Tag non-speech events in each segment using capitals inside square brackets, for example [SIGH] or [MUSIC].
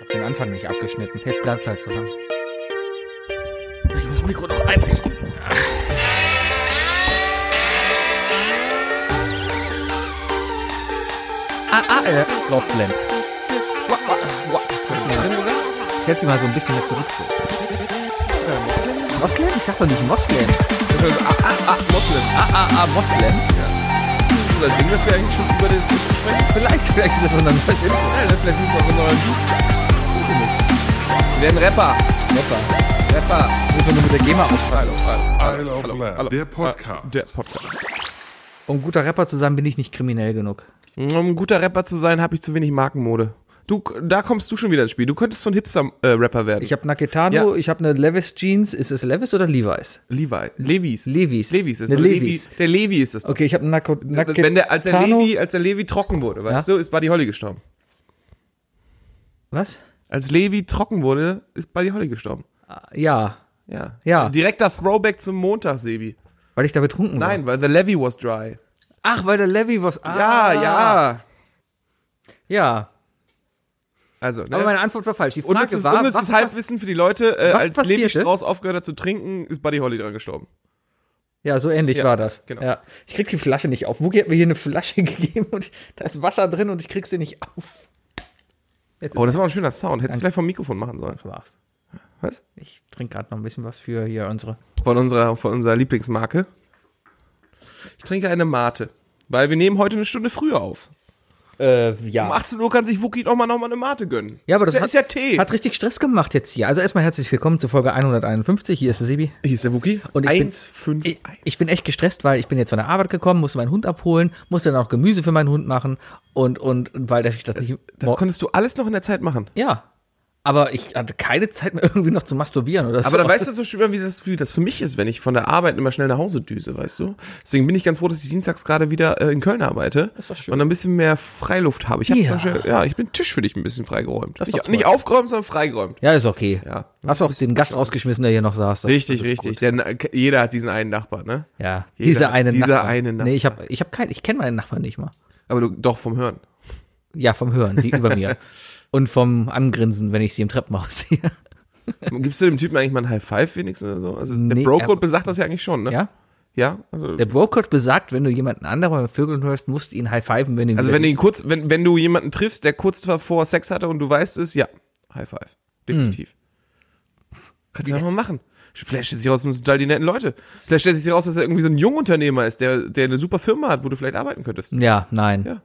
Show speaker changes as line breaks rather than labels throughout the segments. hab den Anfang nicht abgeschnitten. Jetzt bleibt's halt so lang.
Ich muss das Mikro noch einrichten.
Ah, ah, äh, Laufblend. Ich hätte mal so ein bisschen mehr zurück so. Moslem? Ich sag doch nicht Moslem.
[LAUGHS] Ah, ah, ah, Moslem.
Ah, ah, ah, Moslem.
Das ist unser Ding, das wir eigentlich schon über das Licht sprechen.
Vielleicht, vielleicht ist das unser neues Intro.
Ja, Vielleicht ist es auch ein neuer Beat. Wir werden Rapper.
Rapper.
Rapper.
Müssen wir nur mit der GEMA auftragen.
Hallo, hallo, Ah,
Isle of Lamb, der Podcast.
Der Podcast.
Um guter Rapper zu sein, bin ich nicht kriminell genug.
Um ein guter Rapper zu sein, habe ich zu wenig Markenmode. Du, da kommst du schon wieder ins Spiel. Du könntest so ein Hipster-Rapper werden.
Ich habe Naketano,
Ja.
ich habe eine Levis Jeans. Ist es Levis oder Levi's?
Levi. Levis.
Levi's.
Levis ist
Eine
doch
Levi's.
Levi. Der Levi ist das doch.
Okay, ich habe Nako- Naketano.
Wenn der, als der Levi, als der Levi trocken wurde, weißt
Ja.
du, ist Buddy Holly gestorben.
Was?
Als Levi trocken wurde, ist Buddy Holly gestorben.
Ja,
Ja.
Ja.
Direkter Throwback zum Montag, Sebi.
weil ich da betrunken war.
Nein, weil the Levy was dry.
Ach, weil der Levi was. Ah,
Ja, ja.
Ja,
Also, ne?
aber meine Antwort war falsch. Die Frage
unnützes,
war,
unnützes
was,
Halbwissen für die Leute. Äh,
was
als Levi
passierte?
Strauss aufgehört hat zu trinken, ist Buddy Holly dran gestorben.
ja, so ähnlich
Ja,
war das.
genau.
Ja. Ich krieg die Flasche nicht auf. Wookie hat mir hier eine Flasche [LAUGHS] gegeben und da ist Wasser drin und ich krieg sie nicht auf. Jetzt
Oh, das war ein schöner Sound. Hättest du vielleicht vom Mikrofon machen sollen.
war's.
Was?
Ich trinke gerade noch ein bisschen was für hier unsere.
Von unserer, von unserer Lieblingsmarke. Ich trinke eine Mate. Weil wir nehmen heute eine Stunde früher auf.
Äh,
Um
ja.
18 Uhr kann sich Wookie auch mal nochmal eine Mate gönnen.
Ja, aber das
ist, ja,
hat-
ist ja Tee.
Hat richtig Stress gemacht jetzt hier. Also erstmal herzlich willkommen zu Folge 151. Hier ist der Sebi.
Hier ist der Wookie.
Und ich bin-
151.
Ich bin echt gestresst, weil ich bin jetzt von der Arbeit gekommen, musste meinen Hund abholen, musste dann auch Gemüse für meinen Hund machen und, und weil ich das, nicht.
Das konntest du alles noch in der Zeit machen.
Ja. Aber ich hatte keine Zeit mehr, [LAUGHS] irgendwie noch zu masturbieren oder so.
Aber dann weißt du so schön, wie das, wie das für mich ist, wenn ich von der Arbeit immer schnell nach Hause düse, weißt du? Deswegen bin ich ganz froh, dass ich dienstags gerade wieder äh, in Köln arbeite
Das war schön.
und ein bisschen mehr Freiluft habe. Ich habe
Ja.
ja. Beispiel, ja, ich bin Tisch für dich ein bisschen freigeräumt.
Das ist doch
Nicht,
toll.
nicht aufgeräumt, sondern freigeräumt.
Ja, ist okay.
Ja.
Hast du auch den Gast rausgeschmissen, der hier noch saß. Das-
Richtig,
das ist
richtig.
gut.
Denn äh, jeder hat diesen einen Nachbarn, ne?
Ja,
Jeder-
dieser eine
dieser
Nachbar.
eine Nachbar.
Nee, ich habe ich hab keinen, ich kenne meinen Nachbarn nicht mal.
Aber du doch
[LAUGHS]
vom Hören.
Ja, vom Hören, die über
[LAUGHS]
mir. Und vom Angrinsen, wenn ich sie im Treppenhaus sehe.
Gibst du dem Typen eigentlich mal ein High Five wenigstens oder so? Also der
Nee,
Bro-Code
aber-
besagt das ja eigentlich schon, ne?
Ja?
Ja, also,
Der Brocode besagt, wenn du jemanden anderen beim Vögeln hörst, musst du ihn high-fiven, wenn du ihn
also
wieder
wenn du ihn
siehst.
kurz, wenn, wenn du jemanden triffst, der kurz davor Sex hatte und du weißt es, ja, High Five. Definitiv. Kannst du einfach mal machen. Vielleicht stellt sich raus, das sind total die netten Leute. Vielleicht stellt sich raus, dass er irgendwie so ein Jungunternehmer ist, der, der eine super Firma hat, wo du vielleicht arbeiten könntest.
Ja, nein.
Ja.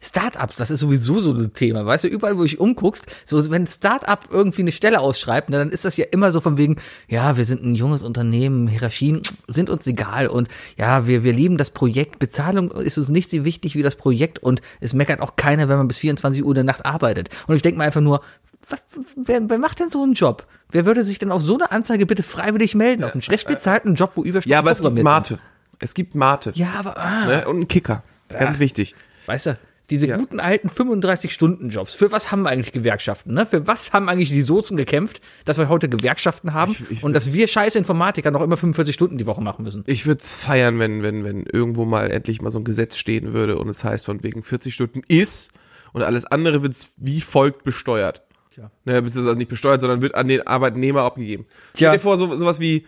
Startups, das ist sowieso so ein Thema. Weißt du, überall, wo ich umguckst, so wenn ein Startup irgendwie eine Stelle ausschreibt, ne, dann ist das ja immer so von wegen, ja, wir sind ein junges Unternehmen, Hierarchien sind uns egal und ja, wir, wir lieben das Projekt, Bezahlung ist uns nicht so wichtig wie das Projekt und es meckert auch keiner, wenn man bis 24 Uhr in der Nacht arbeitet. Und ich denke mir einfach nur, was, wer, wer macht denn so einen Job? Wer würde sich denn auf so eine Anzeige bitte freiwillig melden? Auf einen schlecht bezahlten Job, wo Überstunden
äh, Ja, aber es gibt
programmiert sind?
Mate. Es gibt Mate.
Ja, aber ah,
Ne? Und einen Kicker. Ganz wichtig.
Weißt du, diese
Ja.
guten alten 35-Stunden-Jobs, für was haben eigentlich Gewerkschaften? Ne? Für was haben eigentlich die Sozen gekämpft, dass wir heute Gewerkschaften haben
Ich- ich
und dass wir scheiß Informatiker noch immer 45 Stunden die Woche machen müssen?
Ich würde es feiern, wenn, wenn, wenn irgendwo mal endlich mal so ein Gesetz stehen würde und es heißt, von wegen 40 Stunden ist und alles andere wird wie folgt besteuert. Ne,
Tja.
Naja, beziehungsweise also nicht besteuert, sondern wird an den Arbeitnehmer abgegeben.
Tja.
Stell dir vor, so, sowas wie,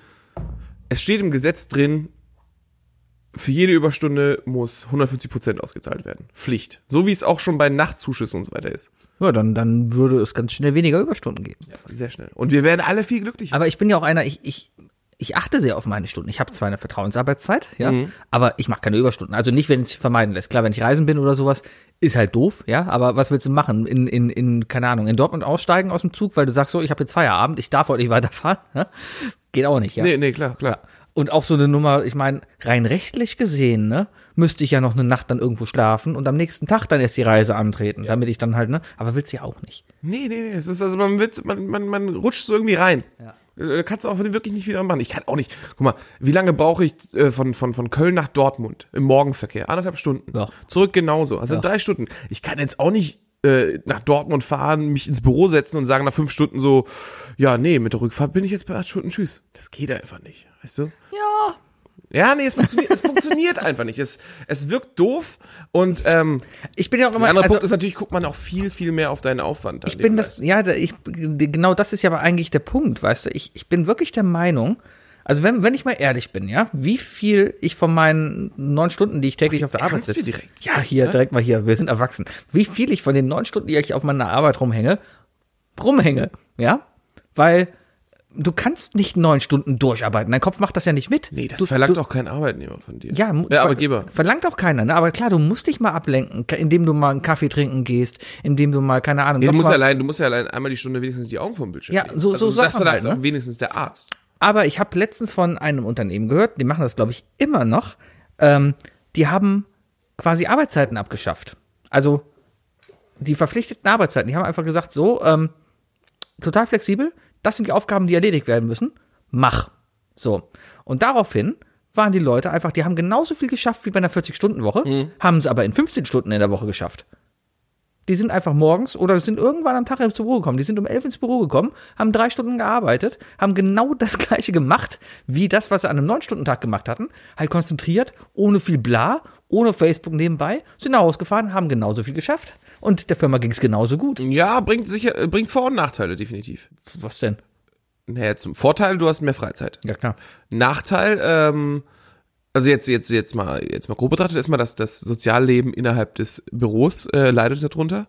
es steht im Gesetz drin, für jede Überstunde muss 150 Prozent ausgezahlt werden. Pflicht. So wie es auch schon bei Nachtzuschüssen und so weiter ist.
Ja, dann, dann würde es ganz schnell weniger Überstunden geben.
Sehr schnell. Und wir werden alle viel glücklicher.
Aber ich bin ja auch einer, ich, ich, ich achte sehr auf meine Stunden. Ich habe zwar eine Vertrauensarbeitszeit, ja,
Mhm.
aber ich mache keine Überstunden. Also nicht, wenn es sich vermeiden lässt. Klar, wenn ich reisen bin oder sowas, ist halt doof, ja, aber was willst du machen? In, in, in keine Ahnung, in Dortmund aussteigen aus dem Zug, weil du sagst so, ich habe jetzt Feierabend, ich darf heute nicht [LAUGHS] weiterfahren. Ja? Geht auch nicht, ja.
nee, nee, klar, klar.
Und auch so eine Nummer, ich meine, rein rechtlich gesehen, ne, müsste ich ja noch eine Nacht dann irgendwo schlafen und am nächsten Tag dann erst die Reise antreten, damit ich dann halt, ne, aber willst du ja auch nicht.
Nee, nee, nee. Es ist also, man wird, man, man, man rutscht so irgendwie rein. Ja. Kannst du auch wirklich nicht wieder machen. Ich kann auch nicht. Guck mal, wie lange brauche ich äh, von, von, von Köln nach Dortmund im Morgenverkehr? Anderthalb Stunden.
Ja.
Zurück genauso. Also drei Stunden. Ich kann jetzt auch nicht äh, nach Dortmund fahren, mich ins Büro setzen und sagen nach fünf Stunden so, ja, nee, mit der Rückfahrt bin ich jetzt bei acht Stunden, tschüss. Das geht einfach nicht, weißt du?
Ja,
Ja, nee, es funktioniert, es
[LAUGHS]
funktioniert einfach nicht. Es, es wirkt doof und ähm,
Ich bin ja auch immer.
der andere
also-
Punkt ist natürlich, guckt man auch viel, viel mehr auf deinen Aufwand. an
Ich
den
bin
du
das, ja, da- ich, genau das ist ja aber eigentlich der Punkt, weißt du. Ich, ich bin wirklich der Meinung, also wenn, wenn ich mal ehrlich bin, ja, wie viel ich von meinen neun Stunden, die ich täglich auf der Arbeit
ernst
sitze.
wir direkt? ne?
Ja, hier, direkt mal hier, wir sind erwachsen. Wie viel ich von den neun Stunden, die ich auf meiner Arbeit rumhänge, rumhänge, ja? Weil du kannst nicht neun Stunden durcharbeiten. Dein Kopf macht das ja nicht mit.
Nee, das
du,
verlangt auch kein Arbeitnehmer von dir.
ja, mu-
der Arbeitgeber.
Verlangt auch keiner, ne? Aber klar, du musst dich mal ablenken, indem du mal einen Kaffee trinken gehst, indem du mal, keine Ahnung,
Nee, du
doch
musst
mal,
ja allein, du musst ja allein einmal die Stunde wenigstens die Augen vom Bildschirm.
Ja,
legen.
so- so sagt
das
man
sagt
halt,
auch
ne?
wenigstens der Arzt.
Aber ich habe letztens von einem Unternehmen gehört, die machen das, glaube ich, immer noch. Ähm, die haben quasi Arbeitszeiten abgeschafft. Also die verpflichteten Arbeitszeiten. Die haben einfach gesagt, so, ähm, total flexibel, das sind die Aufgaben, die erledigt werden müssen. Mach. So. Und daraufhin waren die Leute einfach, die haben genauso viel geschafft wie bei einer 40-Stunden-Woche, haben es aber in 15 Stunden in der Woche geschafft. Die sind einfach morgens oder sind irgendwann am Tag ins Büro gekommen. Die sind um elf ins Büro gekommen, haben drei Stunden gearbeitet, haben genau das [LAUGHS] Gleiche gemacht, wie das, was sie an einem Neun-Stunden-Tag gemacht hatten. Halt konzentriert, ohne viel Bla, ohne Facebook nebenbei, sind nach Hause gefahren, haben genauso viel geschafft. Und der Firma ging es genauso gut.
Ja, bringt sicher, äh, bringt Vor- und Nachteile, definitiv.
Was denn?
Naja, zum Vorteil, du hast mehr Freizeit.
Ja, klar.
Nachteil, ähm, also jetzt, jetzt, jetzt mal, jetzt mal grob betrachtet, ist mal, dass das Sozialleben innerhalb des Büros äh, leidet darunter.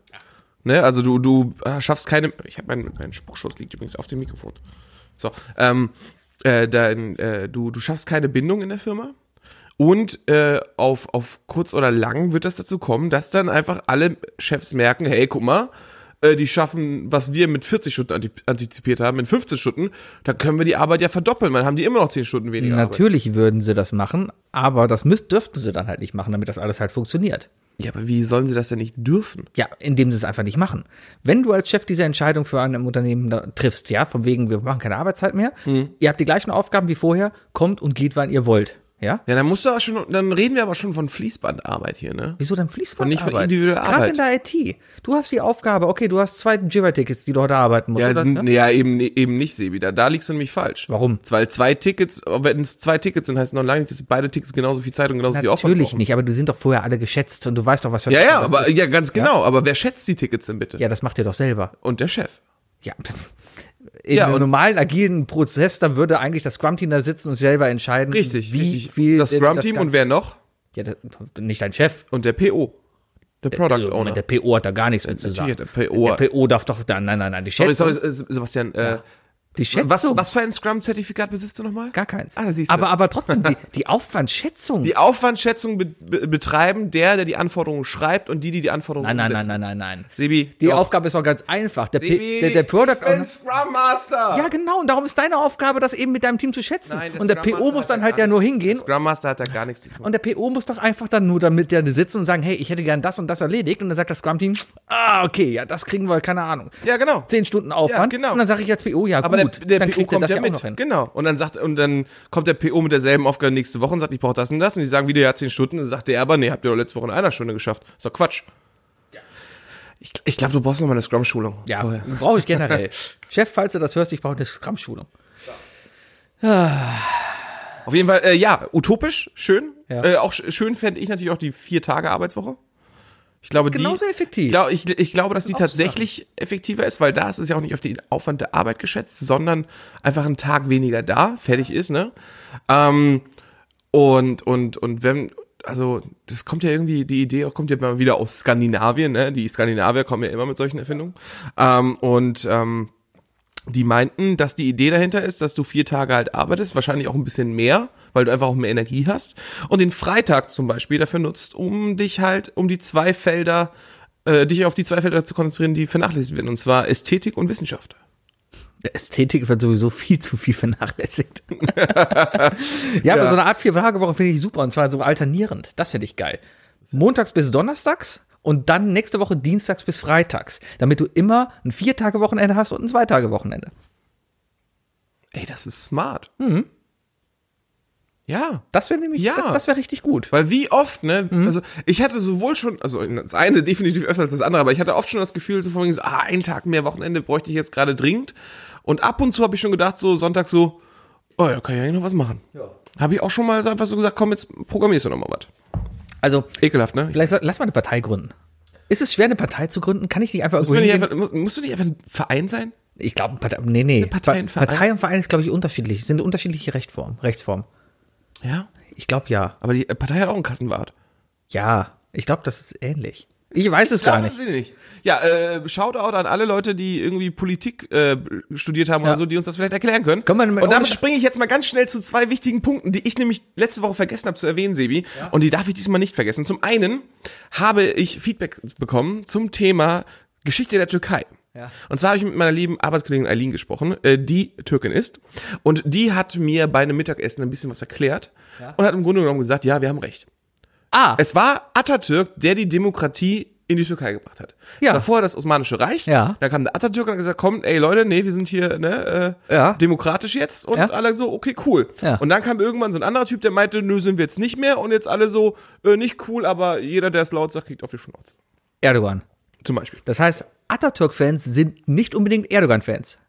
Ne? Also du, du äh, schaffst keine. Ich habe meinen mein Spuckschuss liegt übrigens auf dem Mikrofon. So, ähm, äh, dein, äh, du, du schaffst keine Bindung in der Firma. Und äh, auf, auf kurz oder lang wird das dazu kommen, dass dann einfach alle Chefs merken, hey, guck mal, äh, die schaffen, was wir mit 40 Stunden antip- antizipiert haben, in 15 Stunden, da können wir die Arbeit ja verdoppeln, dann haben die immer noch 10 Stunden weniger Arbeit.
Natürlich würden sie das machen, aber das müsst, dürften sie dann halt nicht machen, damit das alles halt funktioniert.
Ja, aber wie sollen sie das denn nicht dürfen?
Ja, indem sie es einfach nicht machen. Wenn du als Chef diese Entscheidung für ein Unternehmen da triffst, ja, von wegen, wir machen keine Arbeitszeit mehr,
Hm.
ihr habt die gleichen Aufgaben wie vorher, kommt und geht, wann ihr wollt. Ja?
Ja, dann musst du aber schon, dann reden wir aber schon von Fließbandarbeit hier, ne?
Wieso dann Fließband?
Und nicht von individueller
Gerade in der IT. Du hast die Aufgabe, okay, du hast zwei Jira-Tickets, die du heute arbeiten musst.
Ja,
oder,
sind,
ne?
nee, ja eben, nee, eben nicht, Sebi. Da, da liegst du nämlich falsch.
Warum?
Weil zwei Tickets, wenn es zwei Tickets sind, heißt es noch lange nicht, dass beide Tickets genauso viel Zeit und genauso viel Aufwand
Natürlich
brauchen.
nicht, aber du sind doch vorher alle geschätzt und du weißt doch, was für
Ja, ja,
das
aber
ist.
ja, ganz genau. Aber wer schätzt die Tickets denn bitte?
ja, das macht ihr doch selber.
Und der Chef.
Ja. [LAUGHS] In
Ja,
einem
und-
normalen agilen Prozess, da würde eigentlich das Scrum-Team da sitzen und selber entscheiden,
Richtig,
wie
richtig.
viel
das
denn
Scrum-Team und
Ganze-
wer noch?
ja, das, nicht dein Chef,
Und der PO. Der Product
Also,
Owner.
Der PO hat da gar nichts mit zu sagen.
natürlich hat der PO
Der PO darf doch, nein, nein, nein, die Schätzung.
sorry, sorry, äh, Sebastian. Äh,
Die Schätzung.
was, was für ein Scrum-Zertifikat besitzt du nochmal?
Gar keins.
Ah, da siehst du.
aber, aber trotzdem, die, die Aufwandschätzung.
die Aufwandschätzung be be betreiben der, der die Anforderungen schreibt und die, die die Anforderungen
nein, nein, nein,
umsetzen.
nein, nein, nein.
Sebi,
Die
doch.
Aufgabe ist doch ganz einfach. Der,
Sebi,
P, der, der Product
ich bin
Owner.
Scrum Master.
Ja, genau. Und darum ist deine Aufgabe, das eben mit deinem Team zu schätzen.
Nein,
und der
Scrum
PO
Master
muss
hat
dann halt
gar
ja nur
nichts-
hingehen.
Der Scrum Master hat da gar nichts zu tun.
Und der PO muss doch einfach dann nur damit der sitzen und sagen, hey, ich hätte gern das und das erledigt. Und dann sagt das Scrum-Team, ah, okay, ja, das kriegen wir, keine Ahnung.
Ja, genau.
Zehn Stunden Aufwand.
Ja, genau.
Und dann sage ich als PO, ja,
Aber
gut.
der, der
dann
PO
kriegt er
kommt
das
ja
ja auch noch
mit.
hin.
Genau. Und dann sagt und dann kommt der PO mit derselben Aufgabe nächste Woche und sagt, ich brauche das und das und die sagen wieder ja zehn Stunden. Dann sagt der aber, nee, habt ihr doch letzte Woche in einer Stunde geschafft. Ist doch Quatsch. Ich, ich glaube, du brauchst noch mal eine Scrum Schulung.
Ja, brauche ich [LAUGHS] generell. Chef, falls du das hörst, ich brauche eine Scrum-Schulung.
Auf jeden Fall äh, ja, utopisch, schön.
Ja.
Äh, auch sch- schön fände ich natürlich auch die vier Tage Arbeitswoche. Ich glaube,
genauso
die,
effektiv.
Ich, glaub, ich, ich glaube, dass die
auch so
tatsächlich effektiver ist, weil da ist es ja auch nicht auf den Aufwand der Arbeit geschätzt, sondern einfach einen Tag weniger da, fertig ist, ne? Ähm, und, und, und wenn, also, das kommt ja irgendwie, die Idee auch kommt ja mal wieder aus Skandinavien, ne? Die Skandinavier kommen ja immer mit solchen Erfindungen. Ähm, und, ähm, die meinten, dass die Idee dahinter ist, dass du vier Tage halt arbeitest, wahrscheinlich auch ein bisschen mehr, weil du einfach auch mehr Energie hast und den Freitag zum Beispiel dafür nutzt, um dich halt, um die zwei Felder, äh, dich auf die zwei Felder zu konzentrieren, die vernachlässigt werden, und zwar Ästhetik und Wissenschaft.
Der Ästhetik wird sowieso viel zu viel [LAUGHS] vernachlässigt. ja, aber so eine Art Vier-Tage-Woche finde ich super und zwar so alternierend. Das finde ich geil. Montags bis Donnerstags und dann nächste Woche Dienstags bis Freitags, damit du immer ein Vier-Tage-Wochenende hast und ein Zwei-Tage-Wochenende.
Ey, das ist smart. Mhm. Ja.
Das wäre nämlich,
Ja.
das, das wäre richtig gut.
Weil wie oft, ne? Also ich hatte sowohl schon, also das eine definitiv öfter als das andere, aber ich hatte oft schon das Gefühl, so vorhin so, ah, einen Tag mehr Wochenende bräuchte ich jetzt gerade dringend. Und ab und zu habe ich schon gedacht, so Sonntag so, oh ja, kann ich eigentlich noch was machen. Ja. Habe ich auch schon mal einfach so gesagt, komm, jetzt programmierst du noch mal was.
Also,
Ekelhaft, ne?
vielleicht soll- lass mal eine Partei gründen. Ist es schwer, eine Partei zu gründen? Kann ich nicht einfach
Musst
irgendwo
du, nicht
hingehen?
einfach, musst, musst du nicht einfach ein Verein sein?
Ich glaube, Partei, nee, nee.
Partei und
Pa- Partei
Verein?
und Verein ist, glaube ich, unterschiedlich. Sind unterschiedliche Rechtformen. Rechtsformen.
Ja.
Ich glaube, ja.
Aber die Partei hat auch einen Kassenwart.
Ja. Ich glaube, das ist ähnlich. Ich weiß es gar
Ja,
nicht.
das sind die nicht. Ja, äh, Shoutout an alle Leute, die irgendwie Politik äh, studiert haben
Ja.
oder so, die uns das vielleicht erklären können.
Können wir mit-
und damit
oh, mit-
springe ich jetzt mal ganz schnell zu zwei wichtigen Punkten, die ich nämlich letzte Woche vergessen habe zu erwähnen, Sebi. Und die darf ich diesmal nicht vergessen. Zum einen habe ich Feedback bekommen zum Thema Geschichte der Türkei.
Ja.
Und zwar habe ich mit meiner lieben Arbeitskollegin Eileen gesprochen, äh, die Türkin ist. Und die hat mir bei einem Mittagessen ein bisschen was erklärt und hat im Grunde genommen gesagt, ja, wir haben recht.
Ah,
Es war Atatürk, der die Demokratie in die Türkei gebracht hat.
Ja.
Ja. Davor das Osmanische Reich.
Ja.
Da kam der Atatürk und hat gesagt, komm, ey Leute, nee, wir sind hier ne, äh,
Ja.
demokratisch jetzt. Und
Ja.
alle so, okay, cool.
Ja.
Und dann kam irgendwann so ein anderer Typ, der meinte, nö, sind wir jetzt nicht mehr. Und jetzt alle so, äh, nicht cool, aber jeder, der es laut sagt, kriegt auf die Schnauze.
Erdogan.
Zum Beispiel.
Das heißt, Atatürk-Fans sind nicht unbedingt Erdogan-Fans.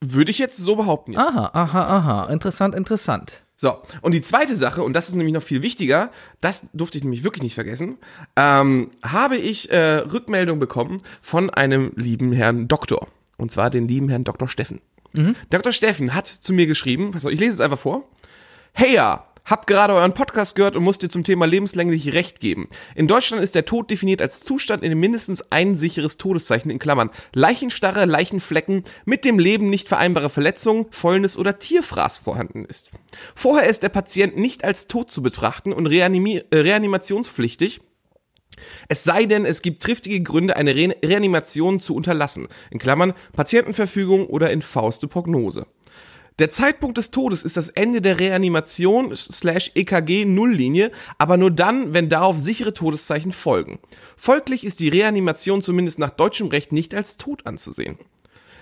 Würde ich jetzt so behaupten. Ja.
Aha, aha, aha. Interessant, interessant.
So, und die zweite Sache, und das ist nämlich noch viel wichtiger, das durfte ich nämlich wirklich nicht vergessen, ähm, habe ich äh, Rückmeldung bekommen von einem lieben Herrn Doktor. Und zwar den lieben Herrn Dr. Steffen. Dr. Steffen hat zu mir geschrieben, pass auf, ich lese es einfach vor. Hey ja, hab gerade euren Podcast gehört und muss dir zum Thema lebenslänglich Recht geben. In Deutschland ist der Tod definiert als Zustand, in dem mindestens ein sicheres Todeszeichen in Klammern Leichenstarre, Leichenflecken, mit dem Leben nicht vereinbare Verletzungen, Fäulnis oder Tierfraß vorhanden ist. Vorher ist der Patient nicht als tot zu betrachten und reanimi äh, reanimationspflichtig, es sei denn, es gibt triftige Gründe, eine Re Reanimation zu unterlassen. In Klammern Patientenverfügung oder in Fauste Prognose. Der Zeitpunkt des Todes ist das Ende der Reanimation slash EKG Nulllinie, aber nur dann, wenn darauf sichere Todeszeichen folgen. Folglich ist die Reanimation zumindest nach deutschem Recht nicht als tot anzusehen.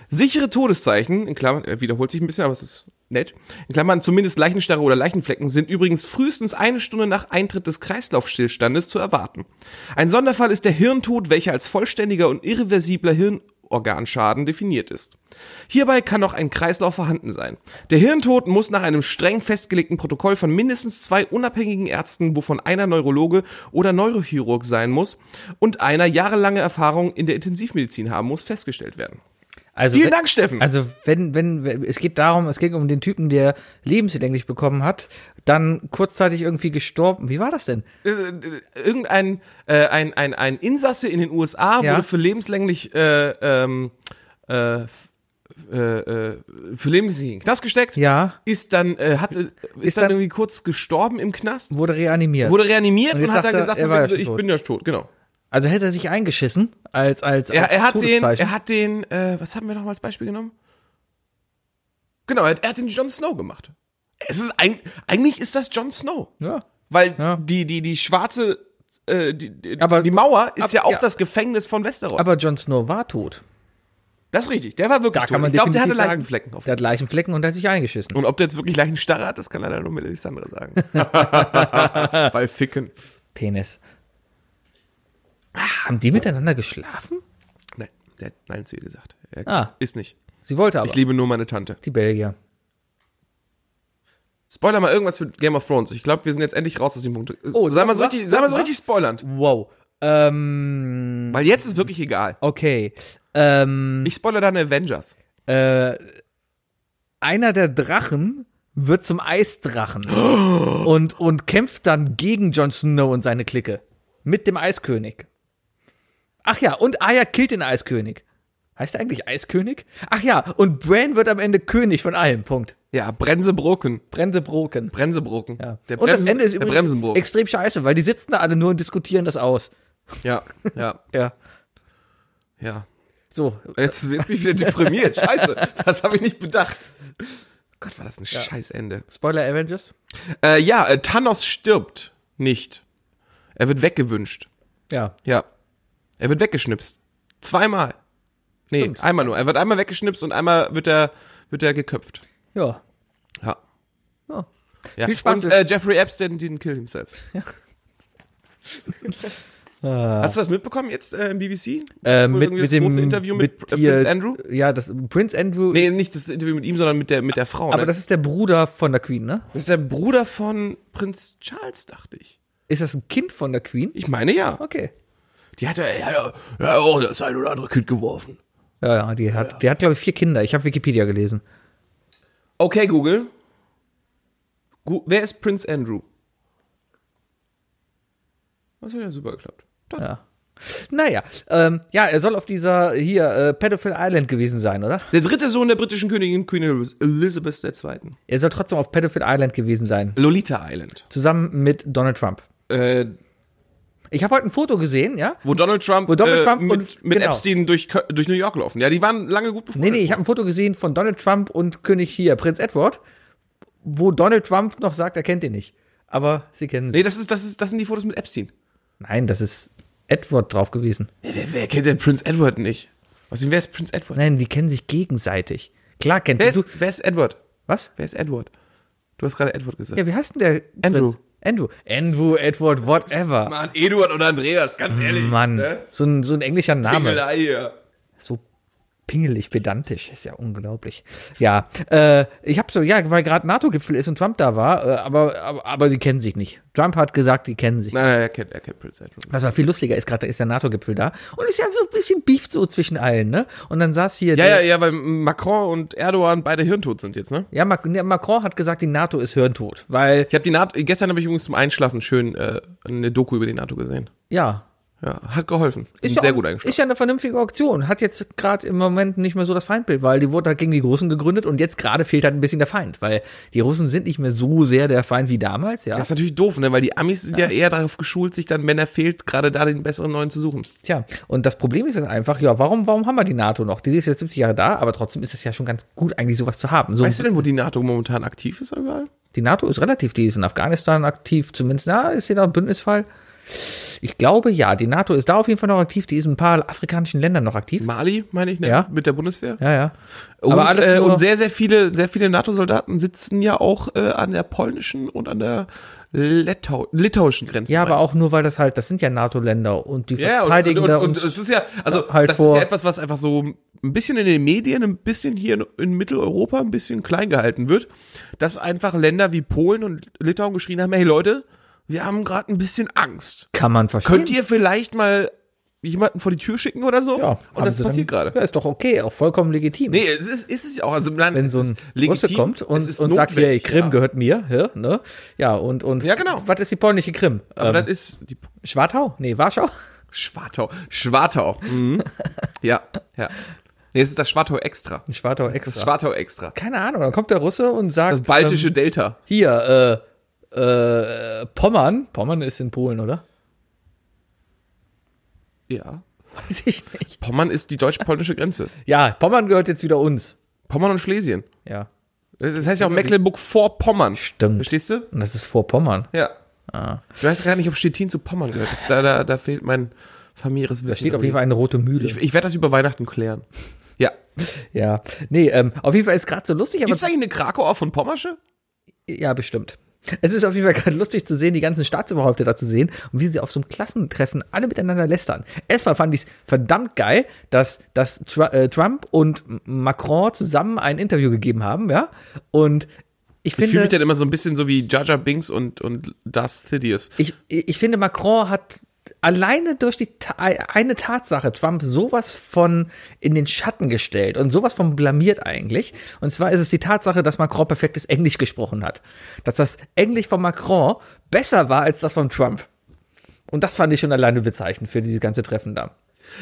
Sichere Todeszeichen, in Klammern, äh, wiederholt sich ein bisschen, aber es ist nett, in Klammern zumindest Leichenstarre oder Leichenflecken sind übrigens frühestens eine Stunde nach Eintritt des Kreislaufstillstandes zu erwarten. Ein Sonderfall ist der Hirntod, welcher als vollständiger und irreversibler Hirnorganschaden definiert ist. Hierbei kann noch ein Kreislauf vorhanden sein. Der Hirntod muss nach einem streng festgelegten Protokoll von mindestens zwei unabhängigen Ärzten, wovon einer Neurologe oder Neurochirurg sein muss und einer jahrelange Erfahrung in der Intensivmedizin haben muss, festgestellt werden.
Also,
Vielen
wenn-
Dank, Steffen.
Also, wenn, wenn, wenn- es geht darum, es ging um den Typen, der lebenslänglich bekommen hat, dann kurzzeitig irgendwie gestorben. Wie war das denn?
äh, irgendein äh, ein, ein, ein Insasse in den USA
Ja.
wurde für lebenslänglich äh, ähm, äh, f- äh, äh, für lebenslänglich in den Knast gesteckt.
Ja.
Ist dann äh, hatte ist, dann,
dann-
irgendwie kurz gestorben im Knast.
Wurde reanimiert.
Wurde reanimiert
Und
und,
jetzt
hat dann
sagt
gesagt,
er, er
von
war ja
wegen so,
schon
ich
tot.
bin ja tot, genau.
also hätte er sich eingeschissen als, als,
Er,
als
er hat den,
Todeszeichen.
er hat den, äh, was haben wir noch mal als Beispiel genommen? Genau, er hat, er hat den Jon Snow gemacht. Es ist ein, eigentlich ist das Jon Snow.
ja.
Weil
Ja.
die, die, die schwarze, äh, die, die,
Aber-
die Mauer ist
ab-
ja auch
ja.
das Gefängnis von Westeros.
Aber Jon Snow war tot.
das ist richtig, der war wirklich
Da
tot.
kann man
ich glaube, der hatte
definitiv sagen,
Leichenflecken auf
Der hat Leichenflecken und hat sich eingeschissen.
Und ob der jetzt wirklich Leichenstarre hat, das kann leider nur Melisandre
[LAUGHS]
sagen. Weil Ficken.
Penis. Ah, haben die miteinander geschlafen?
Nein, ne, der hat Nein zu ihr gesagt. Er
Ah.
Ist nicht.
Sie wollte aber.
Ich liebe nur meine Tante.
die Belgier.
Spoiler mal irgendwas für Game of Thrones. Ich glaube, wir sind jetzt endlich raus aus dem Punkt.
Oh,
sei mal so
wa-
richtig, sei mal so
wa-
richtig spoilernd.
Wow. Ähm,
Weil jetzt ist wirklich egal.
okay. Ähm,
Ich spoilere dann Avengers.
äh, einer der Drachen wird zum [GASPS] Eisdrachen und, und kämpft dann gegen Jon Snow und seine Clique. Mit dem Eiskönig. Ach ja, und Arya killt den Eiskönig. Heißt er eigentlich Eiskönig? Ach ja, und Bran wird am Ende König von allem. Punkt.
Ja, Bremsebroken.
Brände Broken.
Bremsebroken.
Ja.
Der
und das
Bremsen-
Ende ist
der
übrigens
Bremsenbroken.
extrem scheiße, weil die sitzen da alle nur und diskutieren das aus.
Ja, ja,
Ja.
ja.
So,
Jetzt wird mich wieder deprimiert. Scheiße, das habe ich nicht bedacht. Gott, war das ein scheiß Ende.
Spoiler Avengers.
Äh, ja, äh, Thanos stirbt nicht. Er wird weggewünscht.
Ja.
Ja. Er wird weggeschnipst. Zweimal. Nee,
Stimmt.
einmal nur. Er wird einmal weggeschnipst und einmal wird er, wird er geköpft.
Ja.
Ja.
ja.
ja.
Viel Spaß [LAUGHS]
Und äh, Jeffrey Epstein didn't kill himself. Hast du das mitbekommen jetzt äh, im BBC?
Ah. Äh,
Das wohl
mit,
irgendwie
mit
das
dem
große Interview mit, Pr- äh,
hier-
Prince Andrew?
Ja, das Prince Andrew.
Nee, nicht das Interview mit ihm, sondern mit der, mit der Frau.
aber
ne?
das ist der Bruder von der Queen, ne?
das ist der Bruder von Prinz Charles, dachte ich.
Ist das ein Kind von der Queen?
Ich meine ja.
Okay.
Die hat ja, ja, ja, ja auch das ein oder andere Kind geworfen.
Ja, ja, die hat, die hat glaube ich vier Kinder. Ich habe Wikipedia gelesen.
Okay, Google. Gu Wer ist Prinz Andrew? Das hat ja super geklappt. Doch.
Ja. Naja, ähm, ja, er soll auf dieser hier äh, Pedophile Island gewesen sein, oder?
Der dritte Sohn der britischen Königin Queen Elizabeth II.
Er soll trotzdem auf Pedophile Island gewesen sein,
Lolita Island.
zusammen mit Donald Trump.
Äh,
Ich habe heute ein Foto gesehen, ja?
wo Donald Trump,
Wo Donald
äh,
Trump
mit,
und-
mit
genau.
Epstein durch, Kö- durch New York laufen. Ja, die waren lange gut
Nee,
befreundet.
nee, ich habe ein Foto gesehen von Donald Trump und König hier, Prinz Edward, wo Donald Trump noch sagt, er kennt ihn nicht. Aber sie kennen sie.
Nee, das, ist, das, ist, das sind die Fotos mit Epstein.
Nein, das ist Edward drauf gewesen.
Wer, wer kennt denn Prince Edward nicht? Außerdem, wer ist Prince Edward?
Nein, die kennen sich gegenseitig. Klar kennt
Wer
sie. Du,
ist, wer ist Edward?
was?
Wer ist Edward? Du hast gerade Edward gesagt.
Ja, wie heißt denn der?
Andrew.
Prinz? Andrew. Andrew, Edward, whatever.
Mann, Eduard oder Andreas, ganz ehrlich.
Mann,
Ne?
so, ein, so ein englischer Name.
Pingelei hier.
so pingelig pedantisch, ist ja unglaublich. Ja, äh, ich habe so, ja, weil gerade NATO-Gipfel ist und Trump da war, äh, aber, aber, aber die kennen sich nicht. Trump hat gesagt, die kennen sich.
Nein, nein, er kennt, er kennt Prince Edward.
Was aber viel lustiger ist, gerade ist der NATO-Gipfel da und ist ja so ein bisschen Beef so zwischen allen, ne? Und dann saß hier
Ja,
der,
ja, ja, weil Macron und Erdogan beide hirntot sind jetzt, ne?
Ja, Mac ja, Macron hat gesagt, die NATO ist hirntot, weil,
Ich habe die NATO, gestern habe ich übrigens zum Einschlafen schön äh, eine Doku über die NATO gesehen.
ja.
Ja, hat geholfen. Ist
ja
sehr
auch-
gut eingeschlafen.
Ist ja eine vernünftige Auktion. Hat jetzt gerade im Moment nicht mehr so das Feindbild, weil die wurde halt gegen die Großen gegründet und jetzt gerade fehlt halt ein bisschen der Feind, weil die Russen sind nicht mehr so sehr der Feind wie damals, ja.
Das ist natürlich doof, ne? Weil die Amis sind ja, eher darauf geschult, sich dann, wenn er fehlt, gerade da den besseren neuen zu suchen.
Tja, und das Problem ist dann einfach, ja, warum, warum haben wir die NATO noch? Die ist jetzt 70 Jahre da, aber trotzdem ist es ja schon ganz gut, eigentlich sowas zu haben. So,
Weißt du denn, wo die NATO momentan aktiv ist überall?
die NATO ist relativ, die ist in Afghanistan aktiv, zumindest, na, ist sie da ein Bündnisfall? Ich glaube ja, die NATO ist da auf jeden Fall noch aktiv, die ist in ein paar afrikanischen Ländern noch aktiv.
Mali, meine ich, ne?
Ja.
Mit der Bundeswehr.
Ja, ja.
Und,
Aber alles
äh,
nur-
und sehr, sehr viele, sehr viele NATO-Soldaten sitzen ja auch äh, an der polnischen und an der Lettau litauischen Grenze.
Ja, aber auch nur, weil das halt, das sind ja NATO-Länder und die
ja, und, und,
verteidigen
und,
da
und
uns.
es ist ja, also
halt
das ist
vor-
ja etwas, was einfach so ein bisschen in den Medien, ein bisschen hier in, in Mitteleuropa ein bisschen klein gehalten wird, dass einfach Länder wie Polen und Litauen geschrien haben, hey Leute, wir haben gerade ein bisschen Angst.
kann man verstehen.
Könnt ihr vielleicht mal jemanden vor die Tür schicken oder so?
ja,
und
haben
das
sie dann-
passiert gerade.
Ja, ist doch okay, auch vollkommen legitim.
Nee, es ist, ist es ja auch. Also nein,
wenn
es
so ein
ist
Russe kommt
es
und,
ist
und sagt, hier, ey,
notwendig,
Krim
ja.
gehört mir, ja, ne? Ja, und, und
Ja, genau.
was ist die polnische Krim?
Aber
Ähm,
das ist die
Schwartau? Nee, Warschau? [LAUGHS]
Schwartau. Schwartau. Mhm. ja, ja. Nee, es ist das Schwartau extra.
Schwartau
Das
extra.
Schwartau extra.
Keine Ahnung, dann kommt der Russe und sagt,
Das baltische Delta.
ähm, hier, äh, äh, Pommern. Pommern ist in Polen, oder? [LAUGHS]
Ja.
Weiß ich nicht.
Pommern ist die deutsch-polnische Grenze.
Ja, Pommern gehört jetzt wieder uns.
Pommern und Schlesien.
Ja.
Das das heißt ja auch Mecklenburg-Vorpommern.
Stimmt. Ah.
Verstehst du?
Und das ist vor Pommern.
Ja. Ich weiß gar nicht, ob Stettin zu Pommern gehört. Das, da, da, da fehlt mein familiäres Wissen.
Da steht auf jeden Fall eine rote Mühle.
Ich, ich werde das über Weihnachten klären. Ja.
ja. Nee, ähm, auf jeden Fall ist gerade so lustig, aber
Gibt's eigentlich eine Krakauer von Pommersche?
Ja, bestimmt. Es ist auf jeden Fall gerade lustig zu sehen, die ganzen Staatsoberhäupter da zu sehen und wie sie auf so einem Klassentreffen alle miteinander lästern. Erstmal fand ich es verdammt geil, dass, dass Tru äh, Trump und M- Macron zusammen ein Interview gegeben haben, ja. Und ich
Ich fühle
finde,
mich dann immer so ein bisschen so wie Jaja Binks und, und Darth Sidious.
ich, ich, ich finde, Macron hat alleine durch die Ta eine Tatsache Trump sowas von in den Schatten gestellt und sowas von blamiert eigentlich. Und zwar ist es die Tatsache, dass Macron perfektes Englisch gesprochen hat. Dass das Englisch von Macron besser war als das von Trump. Und das fand ich schon alleine bezeichnend für dieses ganze Treffen da.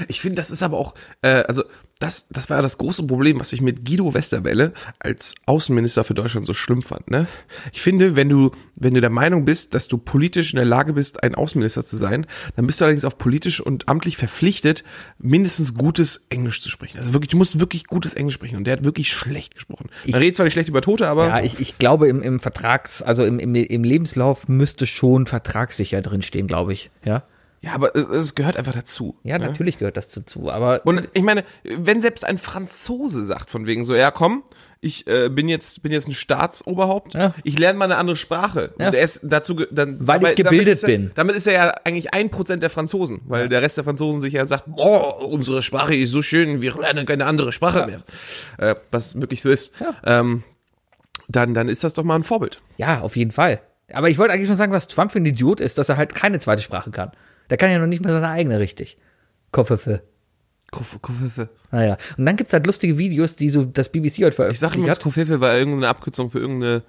Ich finde, das ist aber auch, äh, also das, das war ja das große Problem, was ich mit Guido Westerwelle als Außenminister für Deutschland so schlimm fand. Ne? Ich finde, wenn du, wenn du der Meinung bist, dass du politisch in der Lage bist, ein Außenminister zu sein, dann bist du allerdings auch politisch und amtlich verpflichtet, mindestens gutes Englisch zu sprechen. Also wirklich, du musst wirklich gutes Englisch sprechen. Und der hat wirklich schlecht gesprochen. Man redet zwar nicht schlecht über Tote, aber
Ja, ich, ich glaube, im, im Vertrags-, also im, im, im Lebenslauf müsste schon vertragssicher drinstehen, glaube ich. Ja.
Ja, aber es- es gehört einfach dazu.
Ja,
ne?
natürlich gehört das dazu, aber
Und ich meine, wenn selbst ein Franzose sagt von wegen so, ja komm, ich äh, bin jetzt bin jetzt ein Staatsoberhaupt,
Ja.
ich lerne mal eine andere Sprache
Ja.
und er ist dazu ge- dann
Weil ich
dabei-
gebildet
damit ist er,
bin.
Damit ist er ja eigentlich ein Prozent der Franzosen, weil der Rest der Franzosen sich ja sagt, boah, unsere Sprache ist so schön, wir lernen keine andere Sprache mehr, äh, was wirklich so ist. Ähm, dann dann ist das doch mal ein Vorbild.
ja, auf jeden Fall. Aber ich wollte eigentlich nur sagen, was Trump für ein Idiot ist, dass er halt keine zweite Sprache kann. Der kann ja noch nicht mal seine eigene richtig. Kofferfe. Naja. Und dann gibt's halt lustige Videos, die so das BBC heute
Ich sage
veröffentlicht
immer,
hat.
Kofefe war irgendeine Abkürzung für irgendeine.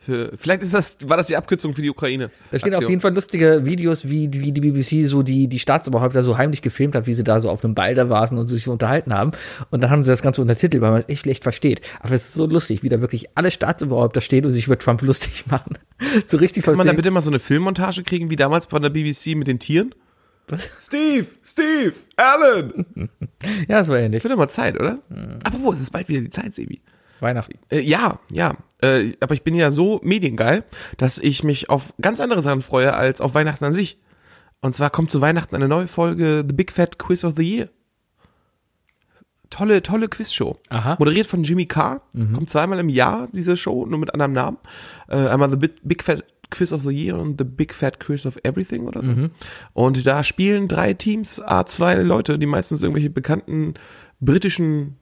Für, vielleicht ist das war das die Abkürzung für die Ukraine.
Da stehen auf jeden Fall lustige Videos, wie, wie die BBC so die, die Staatsoberhäupter so heimlich gefilmt hat, wie sie da so auf einem Ball da saßen und sich so unterhalten haben. Und dann haben sie das Ganze untertitelt, weil man es echt schlecht versteht. Aber es ist so lustig, wie da wirklich alle Staatsoberhäupter stehen und sich über Trump [LAUGHS] lustig machen. So richtig
Kann man da bitte mal so eine Filmmontage kriegen, wie damals bei der BBC mit den Tieren?
Was?
Steve, Steve, Alan.
Ja, so ähnlich.
Wird ja mal Zeit, oder? Apropos, es ist bald wieder die Zeit, Sebi.
Weihnachten.
Äh, ja, ja. Äh, aber ich bin ja so mediengeil, dass ich mich auf ganz andere Sachen freue als auf Weihnachten an sich. Und zwar kommt zu Weihnachten eine neue Folge The Big Fat Quiz of the Year. Tolle, tolle Quizshow.
Aha.
Moderiert von Jimmy Carr. Kommt zweimal im Jahr diese Show, nur mit anderem Namen. Äh, einmal The Big, Big Fat Quiz of the Year und The Big Fat Quiz of Everything oder so. Und da spielen drei Teams, A2 Leute, die meistens irgendwelche bekannten britischen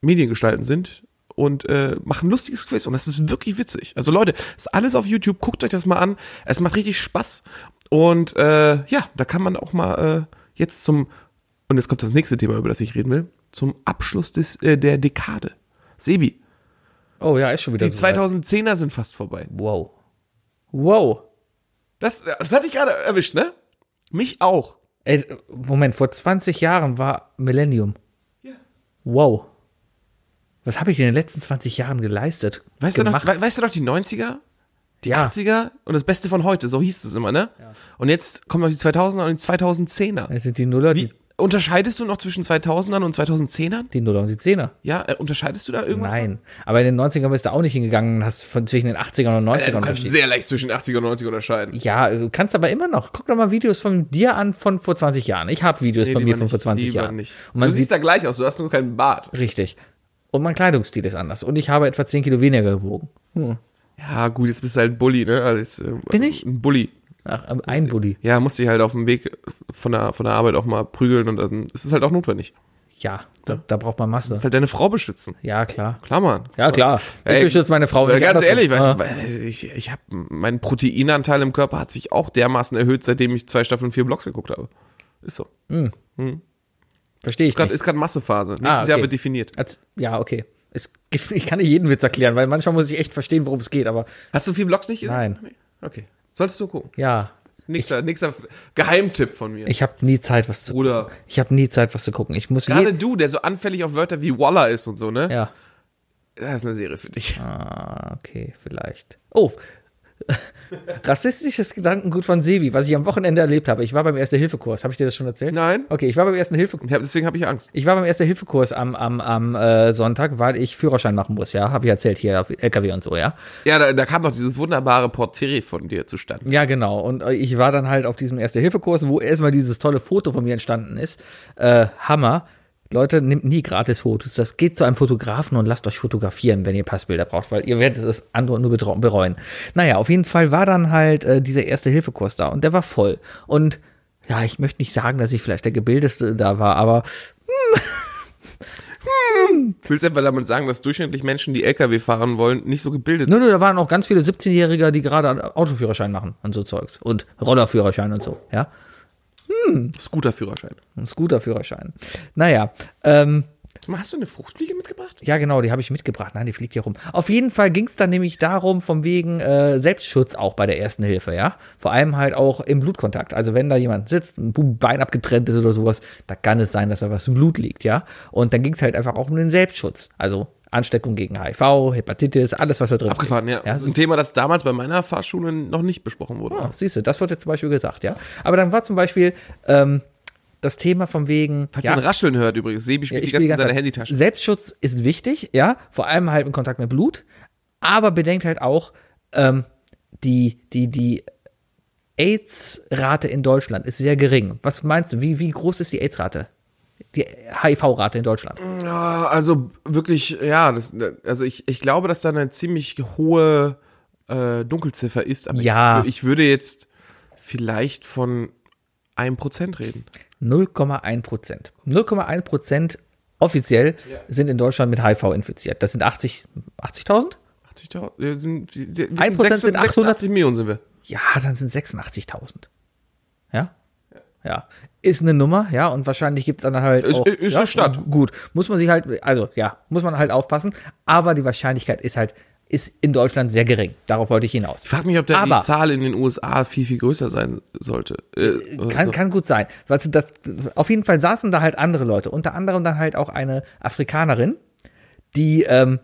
Mediengestalten sind und äh, machen ein lustiges Quiz und das ist wirklich witzig. Also Leute, ist alles auf YouTube, guckt euch das mal an. Es macht richtig Spaß und äh, ja, da kann man auch mal äh, jetzt zum und jetzt kommt das nächste Thema, über das ich reden will, zum Abschluss des äh, der Dekade. Sebi,
Oh ja, ist schon wieder
die
so. weit.
2010er sind fast vorbei.
Wow. Wow.
Das, das hatte ich gerade erwischt, ne? Mich auch.
Ey, Äh, Moment, vor 20 Jahren war Millennium. Wow. Was habe ich in den letzten 20 Jahren geleistet?
Weißt du, noch,
gemacht?
we weißt du noch die 90er?
du, ja.
80er und das Beste von heute, so hieß es immer, ne? Und jetzt kommen noch die 2000er und die 2010er.
Das sind die Nuller, die,
Wie, unterscheidest du noch zwischen 2000ern und 2010ern?
die Nuller und die Zehner.
Ja, äh, unterscheidest du da irgendwas?
Nein, aber in den 90ern bist du auch nicht hingegangen und hast von zwischen den 80ern und 90ern
Äh, du kannst
unterschied-
sehr leicht zwischen 80er und 90er unterscheiden.
Ja, du kannst aber immer noch. Guck doch mal Videos von dir an von vor 20 Jahren. Ich habe Videos von mir
lieber
von vor
nicht,
20
lieber
Jahren.
Nicht.
Und man
du siehst
sieht
da gleich aus, du hast nur keinen Bart.
richtig. Und mein Kleidungsstil ist anders. Und ich habe etwa 10 Kilo weniger gewogen.
Ja, gut, jetzt bist du halt ein Bulli, ne? Also jetzt, äh,
Bin ich?
Ein Bulli.
Ach, ähm, ein Bulli.
Ja, musst dich halt auf dem Weg von der, von der Arbeit auch mal prügeln und dann ist es halt auch notwendig. Du
Ja, da, da braucht man
musst
Masse.
halt deine Frau beschützen.
Ja, klar.
Klar, Mann.
Ja, klar. Ich
Ey,
beschütze meine Frau
Weil
nicht.
ganz
andersrum.
ehrlich, weißt,
Ah.
du, weil ich, ich habe mein Proteinanteil im Körper hat sich auch dermaßen erhöht, seitdem ich zwei Staffeln vier Blocks geguckt habe. Ist so.
Verstehe ich
Ist grad-
nicht.
Ist gerade Massephase. Nächstes
Ah, okay.
Jahr wird definiert.
Als, ja, okay. Es, gibt- ich kann nicht jeden Witz erklären, weil manchmal muss ich echt verstehen, worum es geht. Aber
Hast du vier Blocks nicht?
Nein.
Nee? Okay. Solltest du gucken.
ja,
Nächster, nächster Geheimtipp von mir.
ich habe nie Zeit, was zu
Bruder.
Ich habe nie Zeit, was zu gucken. Ich muss
Gerade
je,
du, der so anfällig auf Wörter wie Waller ist und so, ne?
ja.
Das ist eine Serie für dich. [LAUGHS]
Ah, okay, vielleicht. Oh, [LAUGHS] rassistisches Gedankengut von Sebi, was ich am Wochenende erlebt habe. Ich war beim Erste-Hilfe-Kurs. Habe ich dir das schon erzählt?
Nein.
Okay, ich war beim Erste-Hilfe-Kurs.
Ich hab, deswegen habe ich Angst.
Ich war beim Erste-Hilfe-Kurs am, am, am äh, Sonntag, weil ich Führerschein machen muss, ja. Habe ich erzählt hier auf LKW und so, ja.
Ja, da, da kam doch dieses wunderbare Porträt von dir zustande.
Ja, genau. Und äh, ich war dann halt auf diesem Erste-Hilfe-Kurs, wo erstmal dieses tolle Foto von mir entstanden ist. Äh, Hammer. Leute, nehmt nie gratis Fotos. Das geht zu einem Fotografen und lasst euch fotografieren, wenn ihr Passbilder braucht, weil ihr werdet es andere nur betra- bereuen. Naja, auf jeden Fall war dann halt äh, dieser Erste-Hilfe-Kurs da und der war voll. Und ja, ich möchte nicht sagen, dass ich vielleicht der Gebildeste da war, aber
Willst du etwa damit sagen, dass durchschnittlich Menschen, die LKW fahren wollen, nicht so gebildet
Nö, nö, da waren auch ganz viele 17-Jährige, die gerade einen Autoführerschein machen und so Zeugs. Und Rollerführerschein und so, ja.
sind? Scooterführerschein.
Ein Scooterführerschein. Naja, ähm,
Sag mal, Hast du eine Fruchtfliege mitgebracht?
Ja, genau, die habe ich mitgebracht. Nein, die fliegt hier rum. Auf jeden Fall ging's dann nämlich darum, vom wegen äh, Selbstschutz auch bei der ersten Hilfe, ja. Vor allem halt auch im Blutkontakt. Also wenn da jemand sitzt, ein Bu- Bein abgetrennt ist oder sowas, da kann es sein, dass da was im Blut liegt, ja. Und dann ging's halt einfach auch um den Selbstschutz. Also Ansteckung gegen HIV, Hepatitis, alles, was da drin
Abgefahren, ja.
ja
Das ist ein Thema, das damals bei meiner Fahrschule noch nicht besprochen wurde.
Ah, siehst du, das wird jetzt zum Beispiel gesagt, ja. Aber dann war zum Beispiel ähm, das Thema von wegen.
Falls
ja,
ihr ein Rascheln hört übrigens, Sebi
Ja,
spielt
ich
die ganze Zeit in seiner
Zeit.
Handytasche.
Selbstschutz ist wichtig, ja, vor allem halt im Kontakt mit Blut, aber bedenkt halt auch ähm, die, die, die AIDS-Rate in Deutschland ist sehr gering. Was meinst du, wie, wie groß ist die AIDS-Rate? Die HIV-Rate in Deutschland?
Ah, Also wirklich, ja, das, also ich, ich glaube, dass da eine ziemlich hohe äh, Dunkelziffer ist, aber
Ja.
ich, ich würde jetzt vielleicht von einem Prozent reden.
0,1 Prozent. 0,1 Prozent offiziell sind in Deutschland mit HIV infiziert. Das sind 80 80.000?
80.000? Wir sind, wir,
1% sind
86 Millionen sind wir.
Ja, dann sind 86.000. Ja? Ja. Ist eine Nummer, ja, und wahrscheinlich gibt's dann halt.
Ist-
auch,
ist
ja,
eine Stadt.
Gut. Muss man sich halt, also ja, muss man halt aufpassen. Aber die Wahrscheinlichkeit ist halt, ist in Deutschland sehr gering. Darauf wollte ich hinaus.
Ich frage mich, ob da
Aber-
die Zahl in den USA viel, viel größer sein sollte. Äh, oder
Kann,
so.
kann gut sein. Weißt du, das, auf jeden Fall saßen da halt andere Leute, unter anderem dann halt auch eine Afrikanerin, die, ähm,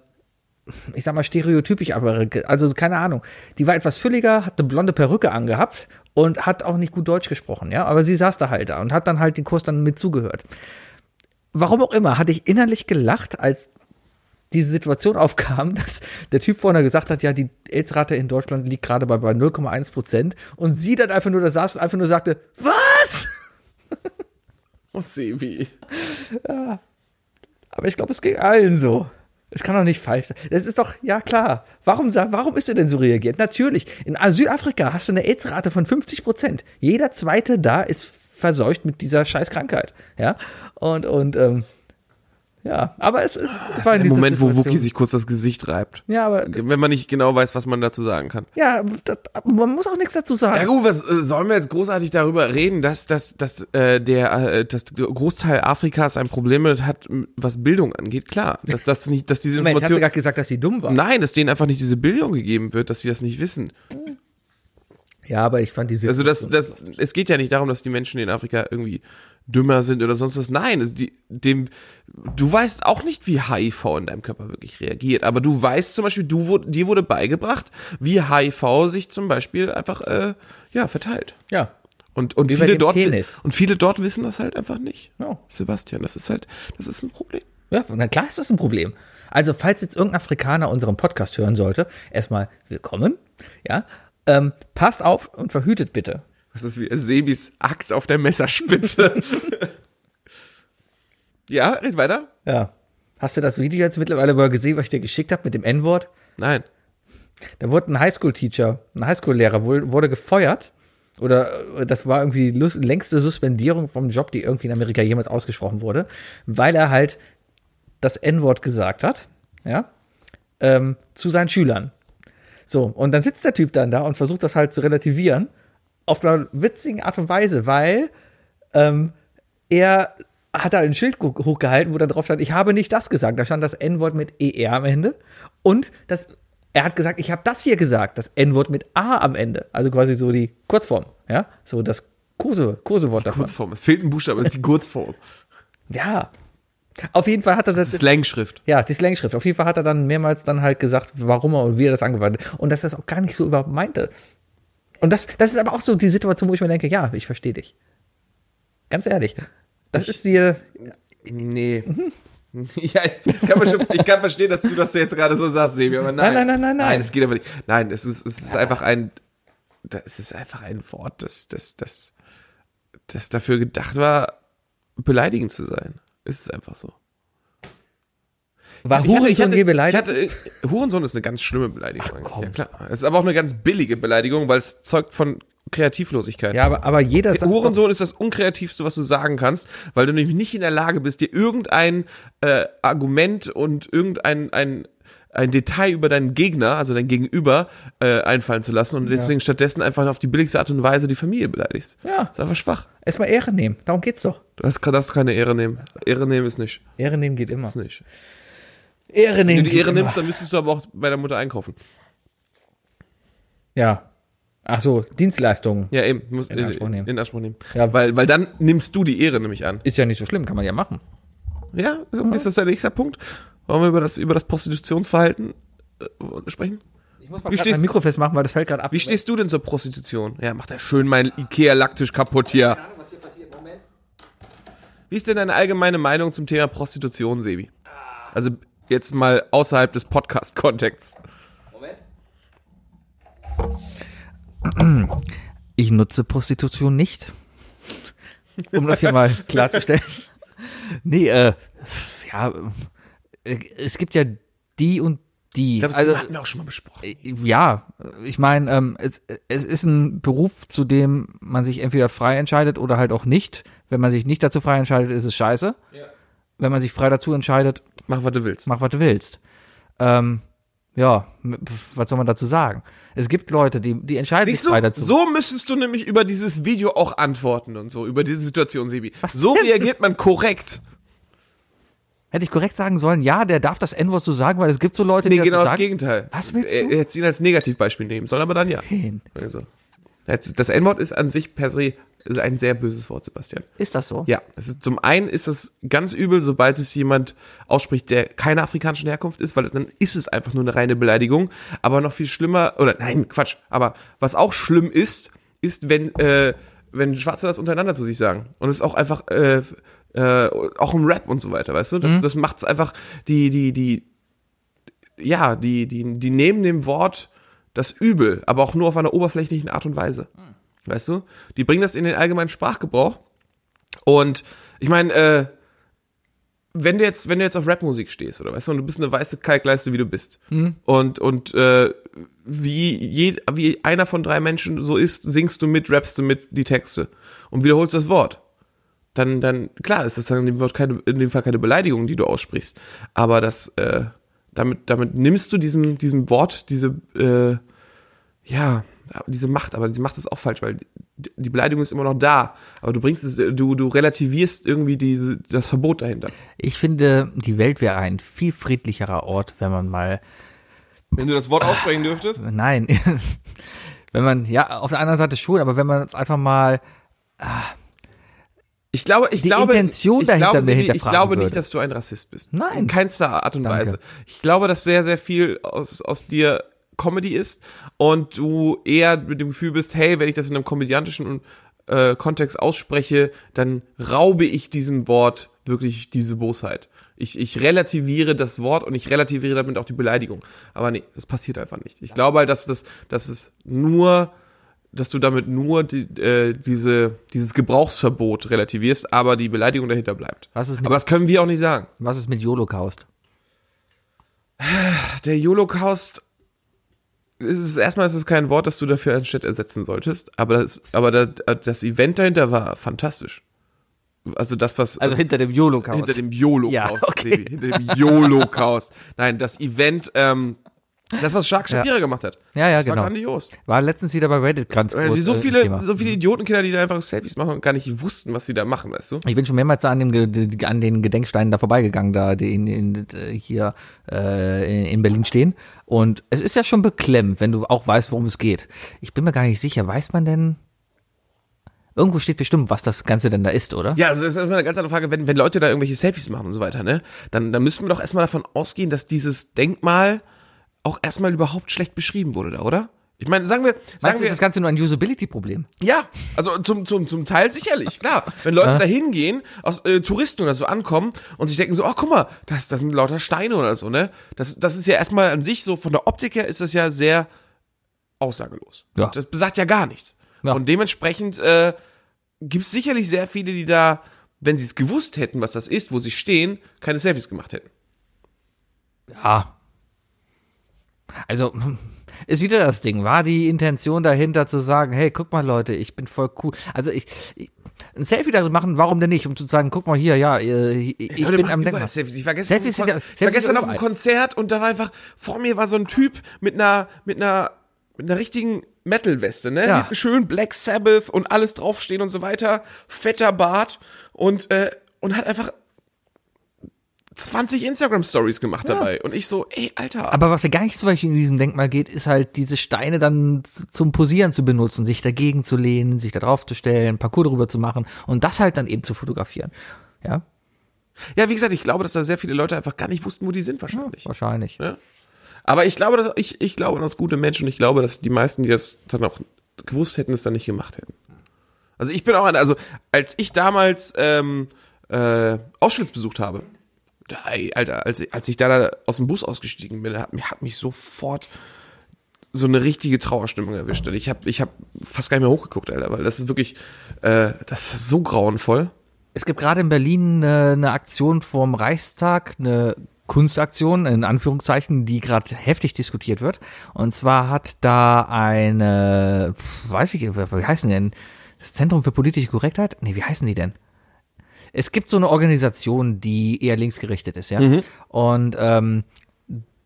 ich sag mal, stereotypisch, aber, also keine Ahnung, die war etwas fülliger, hat eine blonde Perücke angehabt und hat auch nicht gut Deutsch gesprochen, ja, aber sie saß da halt da und hat dann halt den Kurs dann mit zugehört. Warum auch immer, hatte ich innerlich gelacht, als diese Situation [LAUGHS] aufkam, dass der Typ vorne gesagt hat, ja, die AIDS-Rate in Deutschland liegt gerade bei, bei 0,1 Prozent und sie dann einfach nur da saß und einfach nur sagte, was?
Oh, Sebi.
Aber ich glaube, es ging allen so. Es kann doch nicht falsch sein. Das ist doch, ja klar. Warum, sa- warum ist er denn so reagiert? Natürlich, in Südafrika hast du eine AIDS-Rate von 50 Prozent. Jeder Zweite da ist verseucht mit dieser Scheißkrankheit. Ja, und, und, ähm, ja, aber es ist, es war in
Der
dieser
Moment, wo
Situation-
Wookie sich kurz das Gesicht reibt.
Ja, aber,
Wenn man nicht genau weiß, was man dazu sagen kann.
ja, das, man muss auch nichts dazu sagen.
Ja gut, was äh, sollen wir jetzt großartig darüber reden, dass, dass, dass äh, der äh, dass der Großteil Afrikas ein Problem mit hat, m- was Bildung angeht? Klar, dass, dass, nicht, dass diese
Moment, hast du
Information...
gerade gesagt, dass sie dumm war?
Nein, dass denen einfach nicht diese Bildung gegeben wird, dass sie das nicht wissen.
Ja, aber ich fand diese.
Also das, das, es geht ja nicht darum, dass die Menschen in Afrika irgendwie dümmer sind oder sonst was. Nein, es- die, dem, du weißt auch nicht, wie HIV in deinem Körper wirklich reagiert. Aber du weißt zum Beispiel, du, wurd- dir wurde beigebracht, wie HIV sich zum Beispiel einfach äh, ja verteilt.
ja.
Und, und
Wie bei
viele
dem
dort
Penis.
und viele dort wissen das halt einfach nicht.
Ja.
Sebastian, das ist halt, das ist ein Problem.
Ja, na klar ist das ein Problem. Also, falls jetzt irgendein Afrikaner unseren Podcast hören sollte, erstmal willkommen. Ja. Ähm, passt auf und verhütet bitte.
Das ist wie Sebis Axt auf der [LAUGHS] Messerspitze. ja, red weiter.
Ja. Hast du das Video jetzt mittlerweile mal gesehen, was ich dir geschickt habe mit dem N-Wort?
Nein.
Da wurde ein Highschool-Teacher, ein Highschool-Lehrer wohl- wurde gefeuert. Oder äh, das war irgendwie die lus- längste Suspendierung vom Job, die irgendwie in Amerika jemals ausgesprochen wurde, weil er halt das N-Wort gesagt hat, ja, ähm, zu seinen Schülern. So, und dann sitzt der Typ dann da und versucht das halt zu relativieren, auf einer witzigen Art und Weise, weil ähm, er hat da ein Schild gu- hochgehalten, wo dann drauf stand, ich habe nicht das gesagt. Da stand das N-Wort mit ER am Ende. Und das, er hat gesagt, ich habe das hier gesagt, das N-Wort mit A am Ende. Also quasi so die Kurzform, ja? So das Kurse, Kursewort davon.
Kurzform. Es fehlt ein Buchstabe, es ist die Kurzform.
Ja. Auf jeden Fall hat er das.
Slangschrift.
ja, die Slangschrift. Auf jeden Fall hat er dann mehrmals dann halt gesagt, warum er und wie er das angewandt hat. Und dass er es auch gar nicht so überhaupt meinte. Und das, das ist aber auch so die Situation, wo ich mir denke, ja, ich verstehe dich. Ganz ehrlich. Das ist dir,
Nee.
Mhm.
[LAUGHS] Ja, ich kann, man schon, ich kann verstehen, dass du das jetzt gerade so sagst, Sebi, aber nein.
Nein, nein, nein, nein, nein.
Nein, es geht einfach nicht. Nein, es ist, es ist einfach ein, da- es ist einfach ein Wort, das, das, das, das dafür gedacht war, beleidigend zu sein. Es ist einfach so.
war
Ich hatte- ich
Hurensohn
hatte-
je beleidigt?
Ich hatte, Hurensohn ist eine ganz schlimme Beleidigung. eigentlich.
komm.
Ja, klar. Es ist aber auch eine ganz billige Beleidigung, weil es zeugt von Kreativlosigkeit.
Ja, aber, aber jeder sagt doch-
Hurensohn ist das unkreativste, was du sagen kannst, weil du nämlich nicht in der Lage bist, dir irgendein äh, Argument und irgendein ein, ein Detail über deinen Gegner, also dein Gegenüber, äh, einfallen zu lassen und deswegen stattdessen einfach auf die billigste Art und Weise die Familie beleidigst.
Ja.
Ist einfach schwach.
erstmal Ehre nehmen. Darum geht's doch.
Du hast, darfst keine Ehre nehmen. Ehre nehmen ist nicht.
Ehre nehmen geht immer.
Ist nicht.
Ehre nehmen
Wenn du die
geht
Ehre
immer.
nimmst, dann müsstest du aber auch bei der Mutter einkaufen.
Ja. Ach so, Dienstleistungen.
Ja, eben. Du musst
In Anspruch nehmen.
In Anspruch nehmen.
Ja.
Weil, weil dann nimmst du die Ehre nämlich an.
Ist ja nicht so schlimm, kann man ja machen.
Ja, so,
Mhm.
ist das der nächste Punkt? Wollen wir über das, über das Prostitutionsverhalten äh, sprechen?
Ich muss mal
Wie
grad mein
stehst,
Mikro festmachen, weil das fällt gerade ab.
wie stehst du denn zur Prostitution? Ja, macht er schön meinen Ikea-Lacktisch kaputt hier.
Ahnung, was hier passiert. Moment.
Wie ist denn deine allgemeine Meinung zum Thema Prostitution, Sebi? Also jetzt mal außerhalb des Podcast-Kontexts.
Moment. Ich nutze Prostitution nicht. Um das hier
[LAUGHS]
mal klarzustellen. Nee, äh, ja, äh, es gibt ja die und die.
Ich glaube, das
also,
hatten wir auch schon mal besprochen.
äh, ja, ich meine, ähm, es, es ist ein Beruf, zu dem man sich entweder frei entscheidet oder halt auch nicht. Wenn man sich nicht dazu frei entscheidet, ist es scheiße. Wenn man sich frei dazu entscheidet,
Mach, was du willst.
mach, was du willst. Ähm, ja, m- pf, was soll man dazu sagen? Es gibt Leute, die, die entscheiden
Siehst
sich frei
du,
dazu.
so müsstest du nämlich über dieses Video auch antworten und so, über diese Situation, Sebi.
Was
so
denn?
reagiert man korrekt.
Hätte ich korrekt sagen sollen, ja, der darf das N-Wort so sagen, weil es gibt so Leute, die
Nee, genau
das so
das
sagen.
Gegenteil.
Was willst
Er,
du?
er hätte ihn als Negativbeispiel nehmen sollen, aber dann ja.
Nein.
Also. Jetzt- Das N-Wort ist an sich per se ein sehr böses Wort, Sebastian.
Ist das so?
Ja, es ist, zum einen ist es ganz übel, sobald es jemand ausspricht, der keiner afrikanischen Herkunft ist, weil dann ist es einfach nur eine reine Beleidigung. Aber noch viel schlimmer, oder nein, Quatsch, aber was auch schlimm ist, ist, wenn, äh, wenn Schwarze das untereinander zu sich sagen. Und es ist auch einfach, äh, äh, auch im Rap und so weiter, weißt du? Das, das macht es einfach, die, die, die, ja, die, die, die nehmen dem Wort das Übel, aber auch nur auf einer oberflächlichen Art und Weise. Weißt du? Die bringen das in den allgemeinen Sprachgebrauch. Und ich meine, äh, wenn du jetzt, wenn du jetzt auf Rapmusik stehst, oder weißt du, und du bist eine weiße Kalkleiste, wie du bist, und, und äh, wie, je, wie einer von drei Menschen so ist, singst du mit, rappst du mit die Texte und wiederholst das Wort. Dann, dann, klar, ist das dann in dem, Wort keine, in dem Fall keine Beleidigung, die du aussprichst. Aber das, äh, damit, damit nimmst du diesem, diesem Wort, diese, äh, ja, diese Macht, aber diese Macht ist auch falsch, weil die- die Beleidigung ist immer noch da, aber du bringst es, du, du relativierst irgendwie diese, das Verbot dahinter.
Ich finde, die Welt wäre ein viel friedlicherer Ort, wenn man mal
Wenn du das Wort aussprechen dürftest?
Nein. [LAUGHS] wenn man, ja, auf der anderen Seite schon, aber wenn man jetzt einfach mal,
Ich glaube, ich
Die
glaube,
Intention
ich
dahinter
glaube,
mehr
Sebi, ich
hinterfragen
glaube
würde.
nicht, dass du ein Rassist bist.
Nein.
In keinster Art und
Danke.
Weise. Ich glaube, dass sehr, sehr viel aus, aus dir Comedy ist und du eher mit dem Gefühl bist, hey, wenn ich das in einem komödiantischen äh, Kontext ausspreche, dann raube ich diesem Wort wirklich diese Bosheit. Ich, ich relativiere das Wort und ich relativiere damit auch die Beleidigung. Aber nee, das passiert einfach nicht. Ich glaube halt, dass das, dass es nur dass du damit nur die, äh, diese, dieses Gebrauchsverbot relativierst, aber die Beleidigung dahinter bleibt.
Was ist mit-
aber das können wir auch nicht sagen.
was ist mit Holocaust?
Der Holocaust es ist erstmal ist es kein Wort, das du dafür anstatt ersetzen solltest, aber das, aber das, das Event dahinter war fantastisch. Also das, was
Also hinter dem Holocaust.
hinter dem YOLO-Chaos,
Ja, okay.
Sebi, hinter dem YOLO-Chaos. Nein, das Event, ähm, das, was Jacques
Ja.
Shapira gemacht hat.
Ja, ja,
das
genau.
war grandios.
War letztens wieder bei Reddit ganz
Weil
groß.
so
äh, Thema.
viele, so viele Idiotenkinder, die da einfach Selfies machen und gar nicht wussten, was sie da machen, weißt du?
Ich bin schon mehrmals an, dem, Ge- an den Gedenksteinen da vorbeigegangen, da die in, in, äh, hier äh, in- in Berlin stehen. Und es ist ja schon beklemmt, wenn du auch weißt, worum es geht. Ich bin mir gar nicht sicher, weiß man denn? Irgendwo steht bestimmt, was das Ganze denn da ist, oder?
Ja, also das ist erstmal eine ganz andere Frage, wenn, wenn Leute da irgendwelche Selfies machen und so weiter, ne? Dann, dann müssen wir doch erstmal davon ausgehen, dass dieses Denkmal auch erstmal überhaupt schlecht beschrieben wurde da, oder? Ich meine, sagen wir, sagen
Meinst du,
wir,
ist das Ganze nur ein Usability-Problem?
ja, also zum, zum, zum Teil sicherlich, klar. Wenn Leute da hingehen, aus äh, Touristen oder so ankommen und sich denken so, ach guck mal, das, das sind lauter Steine oder so, ne? Das, das ist ja erstmal an sich so, von der Optik her ist das ja sehr aussagelos.
Ja.
Das besagt ja gar nichts.
Ja.
Und dementsprechend äh, gibt es sicherlich sehr viele, die da, wenn sie es gewusst hätten, was das ist, wo sie stehen, keine Selfies gemacht hätten.
Ja. Also, ist wieder das Ding. War die Intention dahinter zu sagen, hey, guck mal, Leute, ich bin voll cool. Also, ich, ich ein Selfie damit machen, warum denn nicht? Um zu sagen, guck mal hier, ja, äh, ich, ich
Leute
bin
machen
am
überall
Denkmal.
Selfies. Ich war gestern,
Selfies
auf einem
sind ja-
Kon- ich
Selfies
war
sind
gestern auf einem
überall.
Konzert und da war einfach, vor mir war so ein Typ mit einer, mit einer, mit einer richtigen Metal-Weste, ne?
Ja.
Schön Black Sabbath und alles draufstehen und so weiter, fetter Bart und, äh, und hat einfach 20 Instagram-Stories gemacht dabei. Und ich so, ey, Alter.
Aber was ja gar nicht so weit in diesem Denkmal geht, ist halt, diese Steine dann z- zum Posieren zu benutzen, sich dagegen zu lehnen, sich da drauf zu stellen, Parcours drüber zu machen und das halt dann eben zu fotografieren. Ja,
ja, wie gesagt, ich glaube, dass da sehr viele Leute einfach gar nicht wussten, wo die sind wahrscheinlich.
wahrscheinlich.
Ja. Aber ich glaube, dass, ich, ich glaube an das gute Menschen und ich glaube, dass die meisten, die das dann auch gewusst hätten, es dann nicht gemacht hätten. Also ich bin auch ein, also als ich damals ähm, äh, Auschwitz besucht habe, da, ey, Alter, als, ich- als ich da, da aus dem Bus ausgestiegen bin, hat, mich- hat mich sofort so eine richtige Trauerstimmung erwischt. Und ich habe ich hab fast gar nicht mehr hochgeguckt, Alter, weil das ist wirklich, äh, das ist so grauenvoll.
Es gibt gerade in Berlin eine, eine Aktion vorm Reichstag, eine Kunstaktion, in Anführungszeichen, die gerade heftig diskutiert wird. Und zwar hat da eine, pf, weiß ich, wie heißen die denn? Das Zentrum für politische Korrektheit? Nee, wie heißen die denn? Es gibt so eine Organisation, die eher linksgerichtet ist, ja. Und ähm,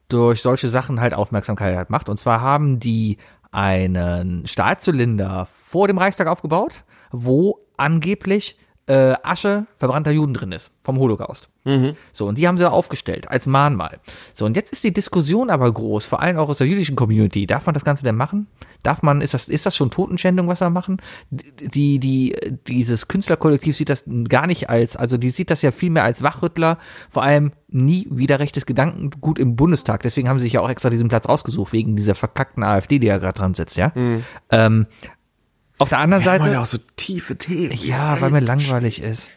durch solche Sachen halt Aufmerksamkeit halt macht. Und zwar haben die einen Stahlzylinder vor dem Reichstag aufgebaut, wo angeblich äh, Asche verbrannter Juden drin ist, vom Holocaust. So, und die haben sie da aufgestellt, als Mahnmal. So, und jetzt ist die Diskussion aber groß, vor allem auch aus der jüdischen Community. Darf man das Ganze denn machen? Darf man, ist das, ist das schon Totenschändung, was wir machen? Die, die, dieses Künstlerkollektiv sieht das gar nicht als, also die sieht das ja viel mehr als Wachrüttler, vor allem nie wieder rechtes Gedankengut im Bundestag. Deswegen haben sie sich ja auch extra diesen Platz ausgesucht, wegen dieser verkackten AfD, die ja gerade dran sitzt, ja?
Mhm.
Ähm, auf der anderen
Wir haben heute
Seite,
auch so tiefe Themen.
ja, weil mir langweilig ist.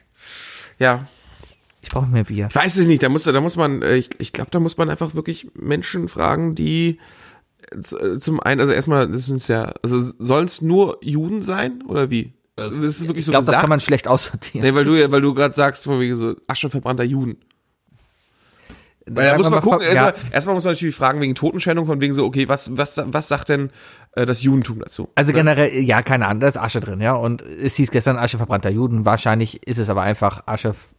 Ja.
Ich brauche mehr Bier.
Ich weiß es nicht, da muss, da muss man, äh, ich, ich glaube, da muss man einfach wirklich Menschen fragen, die äh, z- äh, zum einen, also erstmal, das sind ja, also sollen es nur Juden sein oder wie? Also, das ist wirklich
Äh, Ich glaube,
so
das kann
gesagt.
man schlecht aussortieren.
nee, weil du, ja- weil du gerade sagst, von wegen so Asche verbrannter Juden. Weil da
Sagen
muss
wir
man
mal,
gucken,
ja.
erstmal, erstmal muss man natürlich fragen wegen Totenschändung, von wegen so, okay, was, was, was sagt denn äh, das Judentum dazu?
Also generell, ja, keine Ahnung, da ist Asche drin, ja. Und es hieß gestern Asche verbrannter Juden. Wahrscheinlich ist es aber einfach Asche, f-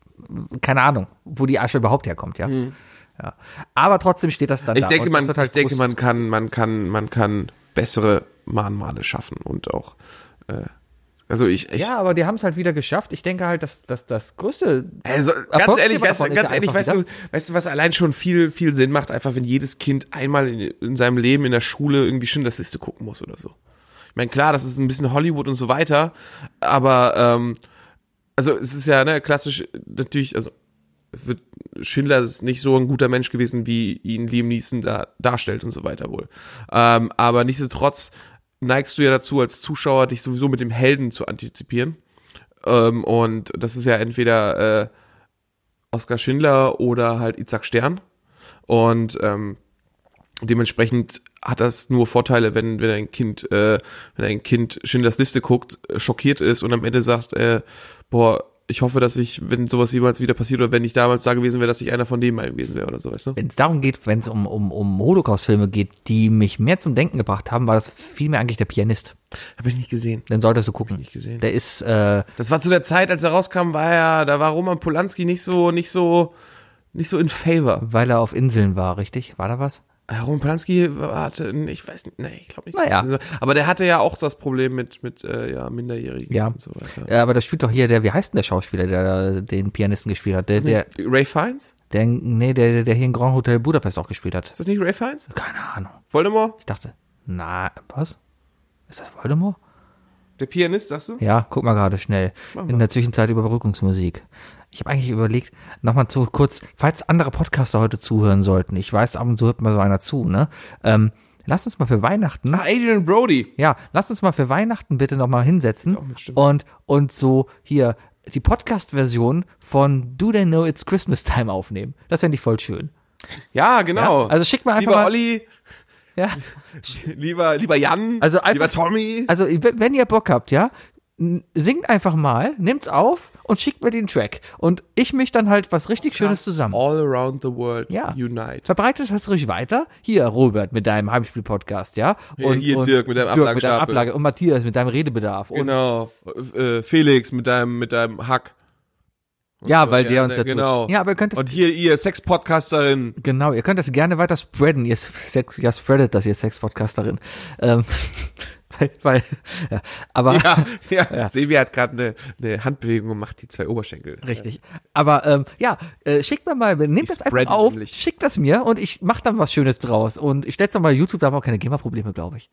keine Ahnung, wo die Asche überhaupt herkommt, ja. ja. Aber trotzdem steht das dann
Hm. Ich
da.
denke,
Und
man,
das wird halt
ich denke,
groß-
man kann, man kann, man kann bessere Mahnmale schaffen und auch, äh, also ich, ich
Ja, aber die haben es halt wieder geschafft. Ich denke halt, dass, dass das größte.
Also ganz
Erfolgsgeber
ehrlich, weißt,
davon
du,
ist
ganz
ja
ehrlich,
einfach
weißt du, weißt du, was allein schon viel viel Sinn macht, einfach wenn jedes Kind einmal in, in seinem Leben in der Schule irgendwie Schindlersliste gucken muss oder so. Ich meine, klar, das ist ein bisschen Hollywood und so weiter, aber ähm, also es ist ja ne, klassisch natürlich, also es wird Schindler ist nicht so ein guter Mensch gewesen, wie ihn Liam Neeson da, darstellt und so weiter wohl. Ähm, aber nichtsdestotrotz neigst du ja dazu, als Zuschauer dich sowieso mit dem Helden zu antizipieren. Ähm, und das ist ja entweder äh, Oskar Schindler oder halt Isaac Stern. Und ähm, dementsprechend hat das nur Vorteile, wenn, wenn ein Kind, äh, wenn ein Kind Schindlers Liste guckt, äh, schockiert ist und am Ende sagt, äh, boah, ich hoffe, dass ich, wenn sowas jemals wieder passiert oder wenn ich damals da gewesen wäre, dass ich einer von denen mal gewesen wäre oder so, weißt du?
Wenn es darum geht, wenn es um, um, um Holocaust-Filme geht, die mich mehr zum Denken gebracht haben, war das vielmehr eigentlich der Pianist.
Habe ich nicht gesehen.
Den solltest du gucken.
nicht gesehen.
Der ist, äh,
Das war zu der Zeit, als er rauskam, war er, da war Roman Polanski nicht so, nicht so, nicht so in favor.
weil er auf Inseln war, richtig? War da was?
Äh, Roman Polanski hatte, ich weiß nicht, nee, ich glaube nicht. Also,
Naja.
Aber der hatte ja auch das Problem mit, mit, äh, ja, Minderjährigen
Ja.
und so weiter.
Ja, aber da spielt doch hier der, wie heißt denn der Schauspieler, der da den Pianisten gespielt hat? Der, der,
Hm. Ray Fiennes?
der, nee, der, der hier in Grand Hotel Budapest auch gespielt hat.
Ist das nicht Ray Fiennes?
Keine Ahnung.
Voldemort?
Ich dachte, na, was? Ist das Voldemort?
Der Pianist, sagst du?
Ja, guck mal gerade schnell. In der Zwischenzeit Überbrückungsmusik. Ich habe eigentlich überlegt, nochmal zu kurz, falls andere Podcaster heute zuhören sollten, ich weiß, ab und zu hört mal so einer zu, ne? Ähm, lasst uns mal für Weihnachten
Ah, Adrian Brody.
Ja, lasst uns mal für Weihnachten bitte nochmal hinsetzen und, und so hier die Podcast-Version von Do They Know It's Christmas Time aufnehmen. Das fände ich voll schön.
Ja, genau.
Ja, also schick mir einfach
Lieber
mal-
Olli,
Ja.
lieber, lieber Jan,
Also einfach-
lieber Tommy.
Also, wenn wenn ihr Bock habt, ja, n- singt einfach mal, nimmt's auf und schickt mir den Track. Und ich mich dann halt was richtig Schönes zusammen.
All around the world
Ja.
unite.
Verbreitet das ruhig weiter. Hier, Robert, mit deinem Heimspiel-Podcast, ja. Und,
hier,
und
Dirk mit deinem
Dirk mit deinem
Ablagestapel.
Ablage. Und Matthias mit deinem Redebedarf. Und,
Genau. Äh, Felix mit deinem, mit deinem Hack.
ja, weil der
Ja,
uns
ne,
jetzt.
genau.
Ja, aber ihr könnt das
Und hier
[LAUGHS]
ihr Sex-Podcasterin.
Genau, ihr könnt das gerne weiter spreaden. Ihr Sex, ja, spreadet das, ihr Sex-Podcasterin. Ähm, [LAUGHS] weil, weil, ja, aber,
Ja, ja. Silvia hat gerade eine, eine Handbewegung gemacht, die zwei Oberschenkel.
richtig. Aber, ähm, ja, äh, schickt mir mal, nehmt das einfach
spreaden
auf,
nämlich.
schickt das mir und ich mach dann was Schönes draus. Und ich stell's dann bei YouTube, da haben wir auch keine GEMA-Probleme, glaube ich.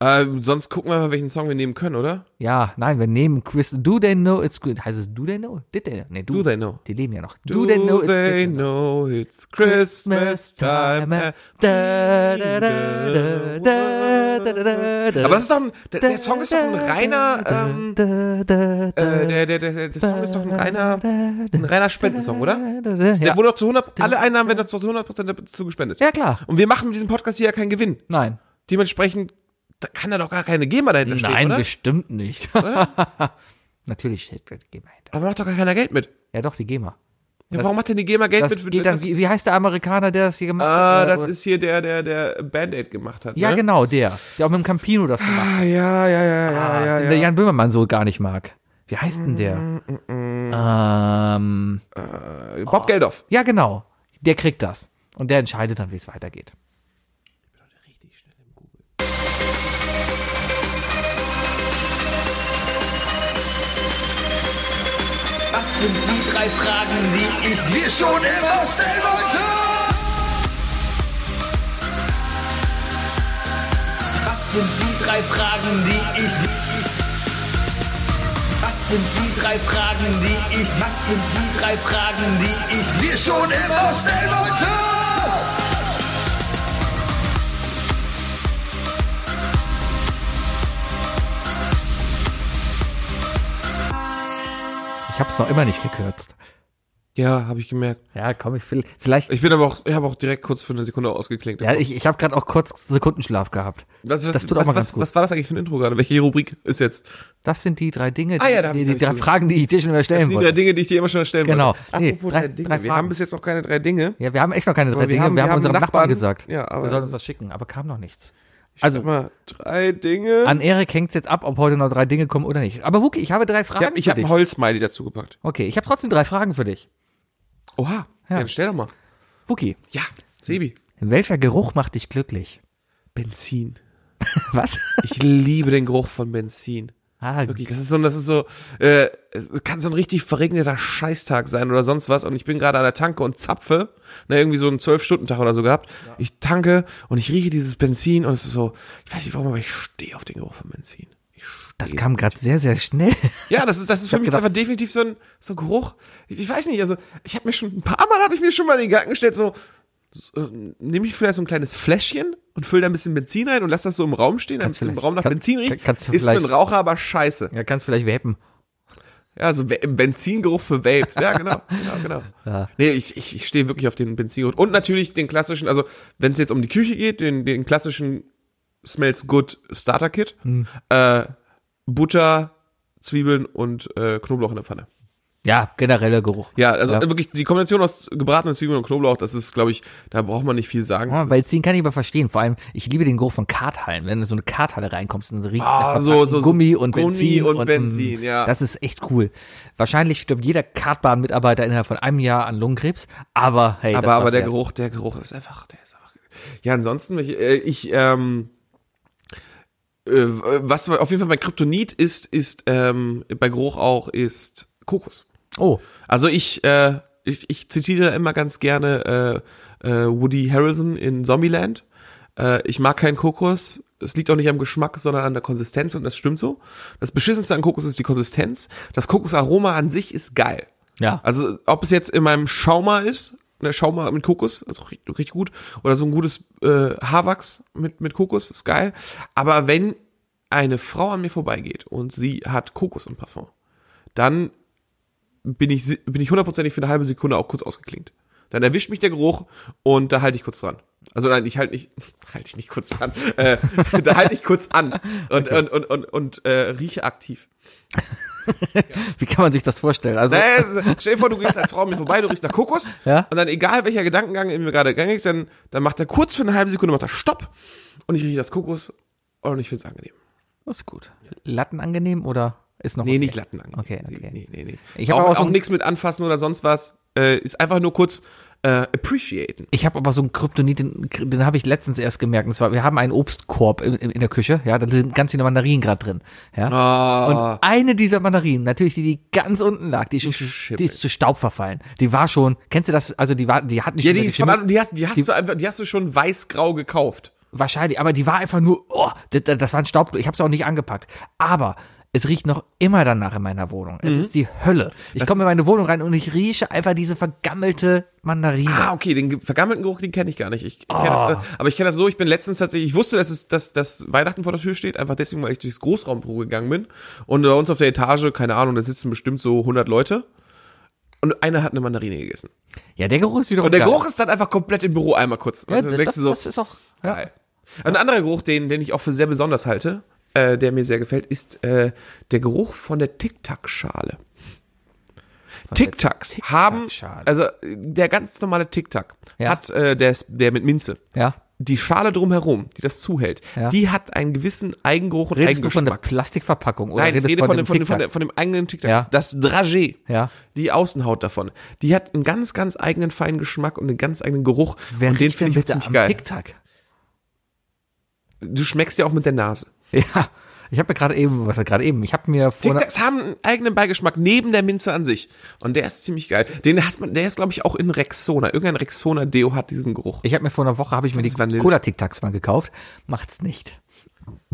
Ähm, sonst gucken wir mal, welchen Song wir nehmen können, oder?
Ja, nein, wir nehmen Chris, do they know it's good? Heißt es do they know? Did they? Nee, do,
Do they know?
Die leben ja noch. Do, they know
they
it's Christmas?
know it's Christmas time?
Da, da, da, da, da, da, da, da.
Aber das ist doch ein, der, der Song ist doch ein reiner, ähm, äh, der, der, der, der, der Song ist doch ein reiner, ein reiner Spendensong, oder? Der
ja.
wurde doch zu 100, alle Einnahmen werden doch zu 100% dazu gespendet.
ja, klar.
Und wir machen mit diesem Podcast hier ja keinen Gewinn.
Nein.
Dementsprechend da kann da doch gar keine GEMA dahinter stehen,
Nein,
oder?
bestimmt nicht. [LAUGHS] Natürlich steht GEMA hinter.
Aber macht doch gar keiner Geld mit.
Ja, doch, die GEMA.
Ja, warum hat denn die GEMA Geld
Das
mit? für-
geht dann,
das,
wie heißt der Amerikaner, der das hier gemacht
ah,
äh,
das
oder-
ist hier der, der, der Band-Aid gemacht hat.
ja,
ne?
genau, der. Der auch mit dem Campino das gemacht
Ah, ja, ja, ja, ja, ja,
den
Ah, ja. Mm,
der Jan Böhmermann so gar nicht mag. Wie heißt denn der? Ähm,
Äh, Bob Geldof.
ja, genau. Der kriegt das. Und der entscheidet dann, wie es weitergeht.
Was sind die drei Fragen, die ich dir schon immer stellen wollte? Was sind die drei Fragen, die ich dir... Was sind die drei Fragen, die ich... Was sind die drei Fragen, die ich dir schon immer stellen wollte?
Ich hab's noch immer nicht gekürzt.
Ja, habe ich gemerkt.
Ja, komm, ich will, vielleicht.
Ich bin aber auch, ich habe auch direkt kurz für eine Sekunde ausgeklinkt.
ja, ich, ich habe gerade auch kurz Sekundenschlaf gehabt.
was, was,
das tut
was,
auch mal
was,
ganz gut.
was war das eigentlich für ein Intro gerade? Welche Rubrik ist jetzt?
Das sind die drei Dinge, die,
Ah ja, da hab
die,
ich-
die
hab ich
drei
zu-
Fragen, die ich dir schon immer
Das
stellen
sind die drei
wollte.
Dinge, die ich dir immer schon stellen
Genau.
wollte.
Nee,
Apropos
drei-
drei Dinge.
drei
wir
Fragen.
haben bis jetzt noch keine drei Dinge.
Ja, wir haben echt noch keine drei
wir
Dinge.
haben-
wir haben,
wir haben
unserem Nachbarn,
Nachbarn-
gesagt,
Ja, aber-
wir sollen uns was schicken, aber kam noch nichts.
Also
Also,
mal drei Dinge.
an Erik hängt's jetzt ab, ob heute noch drei Dinge kommen oder nicht. Aber Wuki, ich habe drei Fragen
ja, ich
für
habe
dich.
ein Holzmiley dazu gepackt.
Okay, ich habe trotzdem drei Fragen für dich.
Oha. Ja.
Ja.
dann stell doch mal.
Wuki,
Ja, Sebi.
welcher Geruch macht dich glücklich?
Benzin.
Was?
Ich liebe den Geruch von Benzin.
Ah,
Wirklich, das ist so, das ist so, äh, es kann so ein richtig verregneter Scheißtag sein oder sonst was und ich bin gerade an der Tanke und zapfe, ne, irgendwie so einen Zwölf-Stunden-Tag oder so gehabt. Ich tanke und ich rieche dieses Benzin und es ist so, ich weiß nicht warum, aber ich stehe auf den Geruch von Benzin. Ich
das
stehe.
kam gerade sehr, sehr schnell.
Ja, das ist, das ist für
hab
mich
gedacht-
einfach definitiv so ein, so ein Geruch. Ich, ich weiß nicht, also ich habe mir schon ein paar Mal habe ich mir schon mal in den Garten gestellt, so, so nehme ich vielleicht so ein kleines Fläschchen und fülle da ein bisschen Benzin rein und lass das so im Raum stehen, damit
Kannst
es im
vielleicht-
Raum nach
kann-
Benzin riecht.
kannst du
ist für einen
vielleicht-
Raucher aber scheiße.
Ja, kannst vielleicht vapen.
Ja, so Ve- Benzingeruch für Vapes.
[LAUGHS]
Ja, genau. genau, genau. Nee, ich, ich, ich stehe wirklich auf den Benzingeruch. Und natürlich den klassischen, also wenn es jetzt um die Küche geht, den, den klassischen Smells Good Starter Kit.
Hm.
Äh, Butter, Zwiebeln und äh, Knoblauch in der Pfanne.
Ja, genereller Geruch.
Ja, also
Ja.
wirklich die Kombination aus gebratenen Zwiebeln und Knoblauch, das ist, glaube ich, da braucht man nicht viel sagen.
Ja,
Ah, Das
Ah, weil
ist,
den kann ich aber verstehen. Vor allem, ich liebe den Geruch von Karthallen. Wenn du in so eine Karthalle reinkommst, dann riecht
Ah,
nach
so-
verpacktem
so- so
Gummi und
Gummi
Benzin.
und
mm,
Benzin, ja.
Das ist echt cool. Wahrscheinlich stirbt jeder Kartbahnmitarbeiter innerhalb von einem Jahr an Lungenkrebs. Aber hey, das
aber aber
war's
der
wert.
Geruch, der Geruch ist einfach, der ist einfach. Ja, ansonsten, welche- äh, ich, ähm, äh, was auf jeden Fall mein Kryptonit ist, ist ähm, bei Geruch auch, ist Kokos.
Oh,
Also ich, äh, ich, ich zitiere immer ganz gerne äh, äh, Woody Harrison in Zombieland. Äh, ich mag keinen Kokos. Es liegt auch nicht am Geschmack, sondern an der Konsistenz und das stimmt so. Das Beschissenste an Kokos ist die Konsistenz. Das Kokosaroma an sich ist geil.
ja.
Also ob es jetzt in meinem Schauma ist, ne, Schauma mit Kokos, also richtig, richtig gut, oder so ein gutes äh, Haarwachs mit, mit Kokos, ist geil. Aber wenn eine Frau an mir vorbeigeht und sie hat Kokos im Parfum, dann bin ich, si- bin ich hundertprozentig für eine halbe Sekunde auch kurz ausgeklingt. Dann erwischt mich der Geruch und da halte ich kurz dran. Also nein, ich halte nicht, [LAUGHS] halte ich nicht kurz dran. Äh, [LAUGHS] da halte ich kurz an und, und, und, und, und äh, rieche aktiv.
Wie kann man sich das vorstellen? Also,
Naja, es ist- Äh, stell dir vor, du gehst als Frau an mir vorbei, du riechst nach Kokos
Ja.
und dann egal welcher Gedankengang in mir gerade gang ist, dann, dann macht er kurz für eine halbe Sekunde macht er Stopp und ich rieche das Kokos und ich find's angenehm.
das ist gut. Latten angenehm oder ist noch
Nee,
okay?
nicht Latten angenehm.
Okay,
Nee,
okay.
Nee, nee, nee.
Ich hab
auch,
aber
auch,
auch so ein-
nichts mit anfassen oder sonst was. Äh, ist einfach nur kurz äh, appreciaten.
Ich habe aber so einen Kryptonit, den, den habe ich letztens erst gemerkt. Und zwar, wir haben einen Obstkorb in, in in der Küche. Ja, da sind ganz viele Mandarinen gerade drin. Ja.
Ah.
Und eine dieser Mandarinen, natürlich die, die ganz unten lag, die ist, schon,
schimmelt.
die ist zu Staub verfallen. Die war schon, kennst du das? Also die war, die hat nicht
Ja,
mehr
die, ist
geschimmelt.
verdammt, die hast, die hast du einfach, die hast du schon weiß-grau gekauft.
Wahrscheinlich, aber die war einfach nur, oh, das, das war ein Staub. Ich habe es auch nicht angepackt. Aber es riecht noch immer danach in meiner Wohnung. Es ist die Hölle. Ich
Mhm. Das
komme in
ist-
meine Wohnung rein und ich rieche einfach diese vergammelte Mandarine.
Ah, okay, den ge- vergammelten Geruch, den kenne ich gar nicht. Ich, ich kenn das, äh, aber ich kenne das so, ich bin letztens tatsächlich, ich wusste, dass, es, dass, dass Weihnachten vor der Tür steht, einfach deswegen, weil ich durchs Großraumbüro gegangen bin. Und bei uns auf der Etage, keine Ahnung, da sitzen bestimmt so 100 Leute. Und einer hat eine Mandarine gegessen.
Ja, der Geruch ist wiederum
Und der
geil.
Geruch ist dann einfach komplett im Büro einmal kurz.
ja,
Also,
das,
dann denkst du so,
das ist auch, ja.
geil. Ein anderer Geruch, den, den ich auch für sehr besonders halte, äh, der mir sehr gefällt, ist äh, der Geruch von der Tic-Tac-Schale. Tic-Tacs haben,
Tic-Tac-Schale.
also äh, der ganz normale Tic-Tac
Ja.
hat äh, der, ist- der mit Minze.
Ja.
Die Schale drumherum, die das zuhält,
Ja.
die hat einen gewissen Eigengeruch und
Redest du von der
Eigengeschmack.
Plastikverpackung oder
Nein, ich
redest
rede
du
von, dem, von, dem, von,
Tic-Tac?
der, von dem eigenen Tic-Tac.
Ja.
Das Dragé,
Ja.
die Außenhaut davon, die hat einen ganz, ganz eigenen feinen Geschmack und einen ganz eigenen Geruch.
Wer
und den
riecht denn
finde ich auch
bitte
ziemlich
am
geil.
Tic-Tac?
Du schmeckst ja auch mit der Nase.
[LAUGHS] Ja, ich habe mir gerade eben, was war gerade eben, ich habe mir vor
Tic-Tacs haben einen eigenen Beigeschmack neben der Minze an sich. Und der ist ziemlich geil. Den hat man, der ist, glaube ich, auch in Rexona. Irgendein Rexona-Deo hat diesen Geruch.
ich habe mir vor einer Woche habe ich mir die
ist Vanille.
Cola Tic Tacs mal gekauft. Macht's nicht.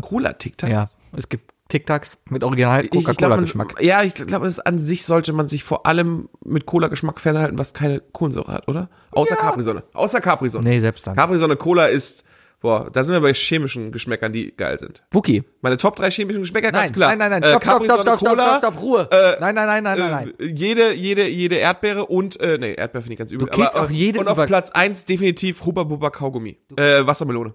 Cola Tic-Tacs.
Ja, es gibt Tic Tacs mit original
Ich- ich glaub,
Coca-Cola
man-
Geschmack.
Ja, ich glaube, das an sich sollte man sich vor allem mit Cola-Geschmack fernhalten, was keine Kohlensäure hat, oder? Außer Capri-Sonne. Außer Capri-Sonne.
Nee, selbst dann.
Capri-Sonne Cola ist, boah, da sind wir bei chemischen Geschmäckern, die geil sind.
Wookie.
Meine Top 3 chemischen Geschmäcker,
Nein,
ganz klar.
nein, nein, nein,
Äh,
stopp, stopp, stopp,
Capri-Sonne,
stopp, stopp,
Cola,
stopp, stopp, Ruhe.
Äh,
nein, nein, nein, nein, nein, nein.
äh, jede, jede, jede Erdbeere und, äh, nee, Erdbeere finde ich ganz übel.
Du killst
aber,
auch jede
Und auf
über-
Platz 1 definitiv Hubba Bubba Kaugummi. Äh, Wassermelone.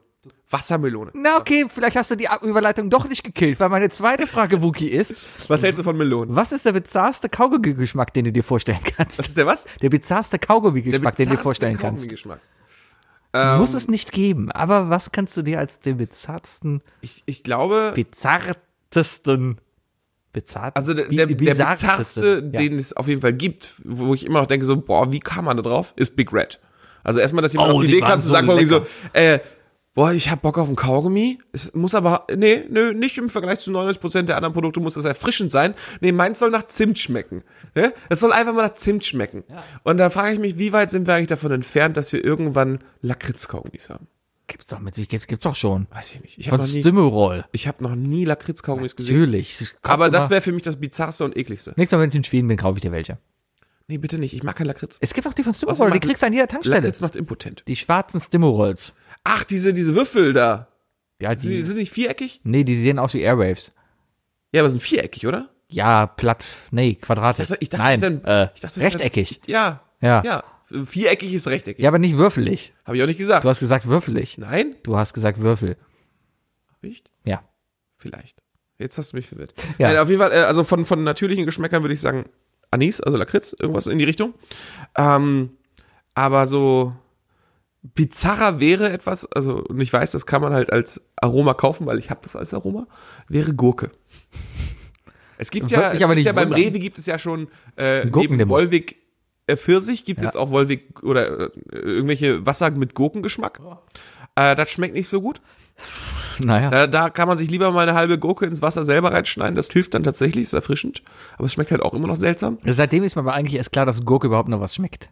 Wassermelone.
Na okay, vielleicht hast du die Ab- Überleitung doch nicht gekillt, weil meine zweite Frage, Wookie, ist,
Was hältst du
[LAUGHS]
von Melonen?
was ist der bizarrste Kaugummi-Geschmack, den du dir vorstellen
Was
kannst?
ist der was?
Der bizarrste Kaugummi-Geschmack, den du dir
bizarrste
vorstellen kannst.
Kaugummi-Geschmack.
Muss es nicht geben, aber was kannst du dir als den bizarrsten,
Ich, ich glaube,
bizarrtesten, bizarrten,
also der,
bi-
der, der bizarrste,
bizarrtesten, ja.
den es auf jeden Fall gibt, wo ich immer noch denke so, boah, wie kam man da drauf? Ist Big Red. Also erstmal, dass jemand
Oh,
auf die
die
Idee
waren
kam zu
so
sagen, irgendwie so,
lecker.
äh, boah, ich hab Bock auf einen Kaugummi. Es muss aber, nee, nö, nicht im Vergleich zu 99% der anderen Produkte muss das erfrischend sein. Nee, meins soll nach Zimt schmecken. Ne? Es soll einfach mal nach Zimt schmecken. Und da frage ich mich, wie weit sind wir eigentlich davon entfernt, dass wir irgendwann Lakritz-Kaugummis haben?
Gibt's doch mit sich, gibt's, gibt's doch schon.
Weiß ich nicht. Ich habe
Von
noch nie,
Stimuroll.
ich hab noch nie Lakritz-Kaugummis gesehen.
Natürlich. Es kommt
Aber das
immer-
wäre für mich das bizarrste und ekligste.
Nächstes Mal, wenn ich in Schweden bin, kaufe ich dir welche.
Nee, bitte nicht. Ich mag keinen Lakritz.
Es gibt auch die von
Außer
Stimuroll, die
macht-
kriegst du an jeder Tankstelle.
Lakritz macht impotent.
Die schwarzen Stimurolls.
Ach, diese, diese Würfel da.
Ja,
Sind die,
die,
sind die nicht viereckig?
nee, die sehen aus wie Airwaves.
Ja, aber sind viereckig, oder?
Ja, platt, nee, quadratisch.
Ich dachte- ich dachte,
Nein,
dann-
äh,
ich dachte, dann-
rechteckig.
Ja.
Ja.
Ja. Viereckig ist rechteckig.
Ja, aber nicht würfelig.
Habe ich auch nicht gesagt.
Du hast gesagt würfelig.
Nein?
Du hast gesagt Würfel.
Nicht?
Ja. [LAUGHS]
Vielleicht. Jetzt hast du mich verwirrt.
Ja.
Nein, auf jeden Fall, äh, also von, von natürlichen Geschmäckern würde ich sagen Anis, also Lakritz,
Mhm.
irgendwas in die Richtung. Ähm, aber so bizarrer wäre etwas, also und ich weiß, das kann man halt als Aroma kaufen, weil ich habe das als Aroma, wäre Gurke. Es gibt ja,
Würde mich
es
aber
gibt
nicht
ja beim
wundern.
Rewe gibt es ja schon äh, neben
Gurkendimmer.
Wolwig äh, Pfirsich gibt es jetzt auch Wolwig oder äh, irgendwelche Wasser mit Gurkengeschmack.
Oh.
Äh, das schmeckt nicht so gut.
Naja.
Da, Äh, da kann man sich lieber mal eine halbe Gurke ins Wasser selber reinschneiden. Das hilft dann tatsächlich, ist erfrischend. Aber es schmeckt halt auch immer noch seltsam.
Seitdem ist mir aber eigentlich erst klar, dass Gurke überhaupt noch was schmeckt.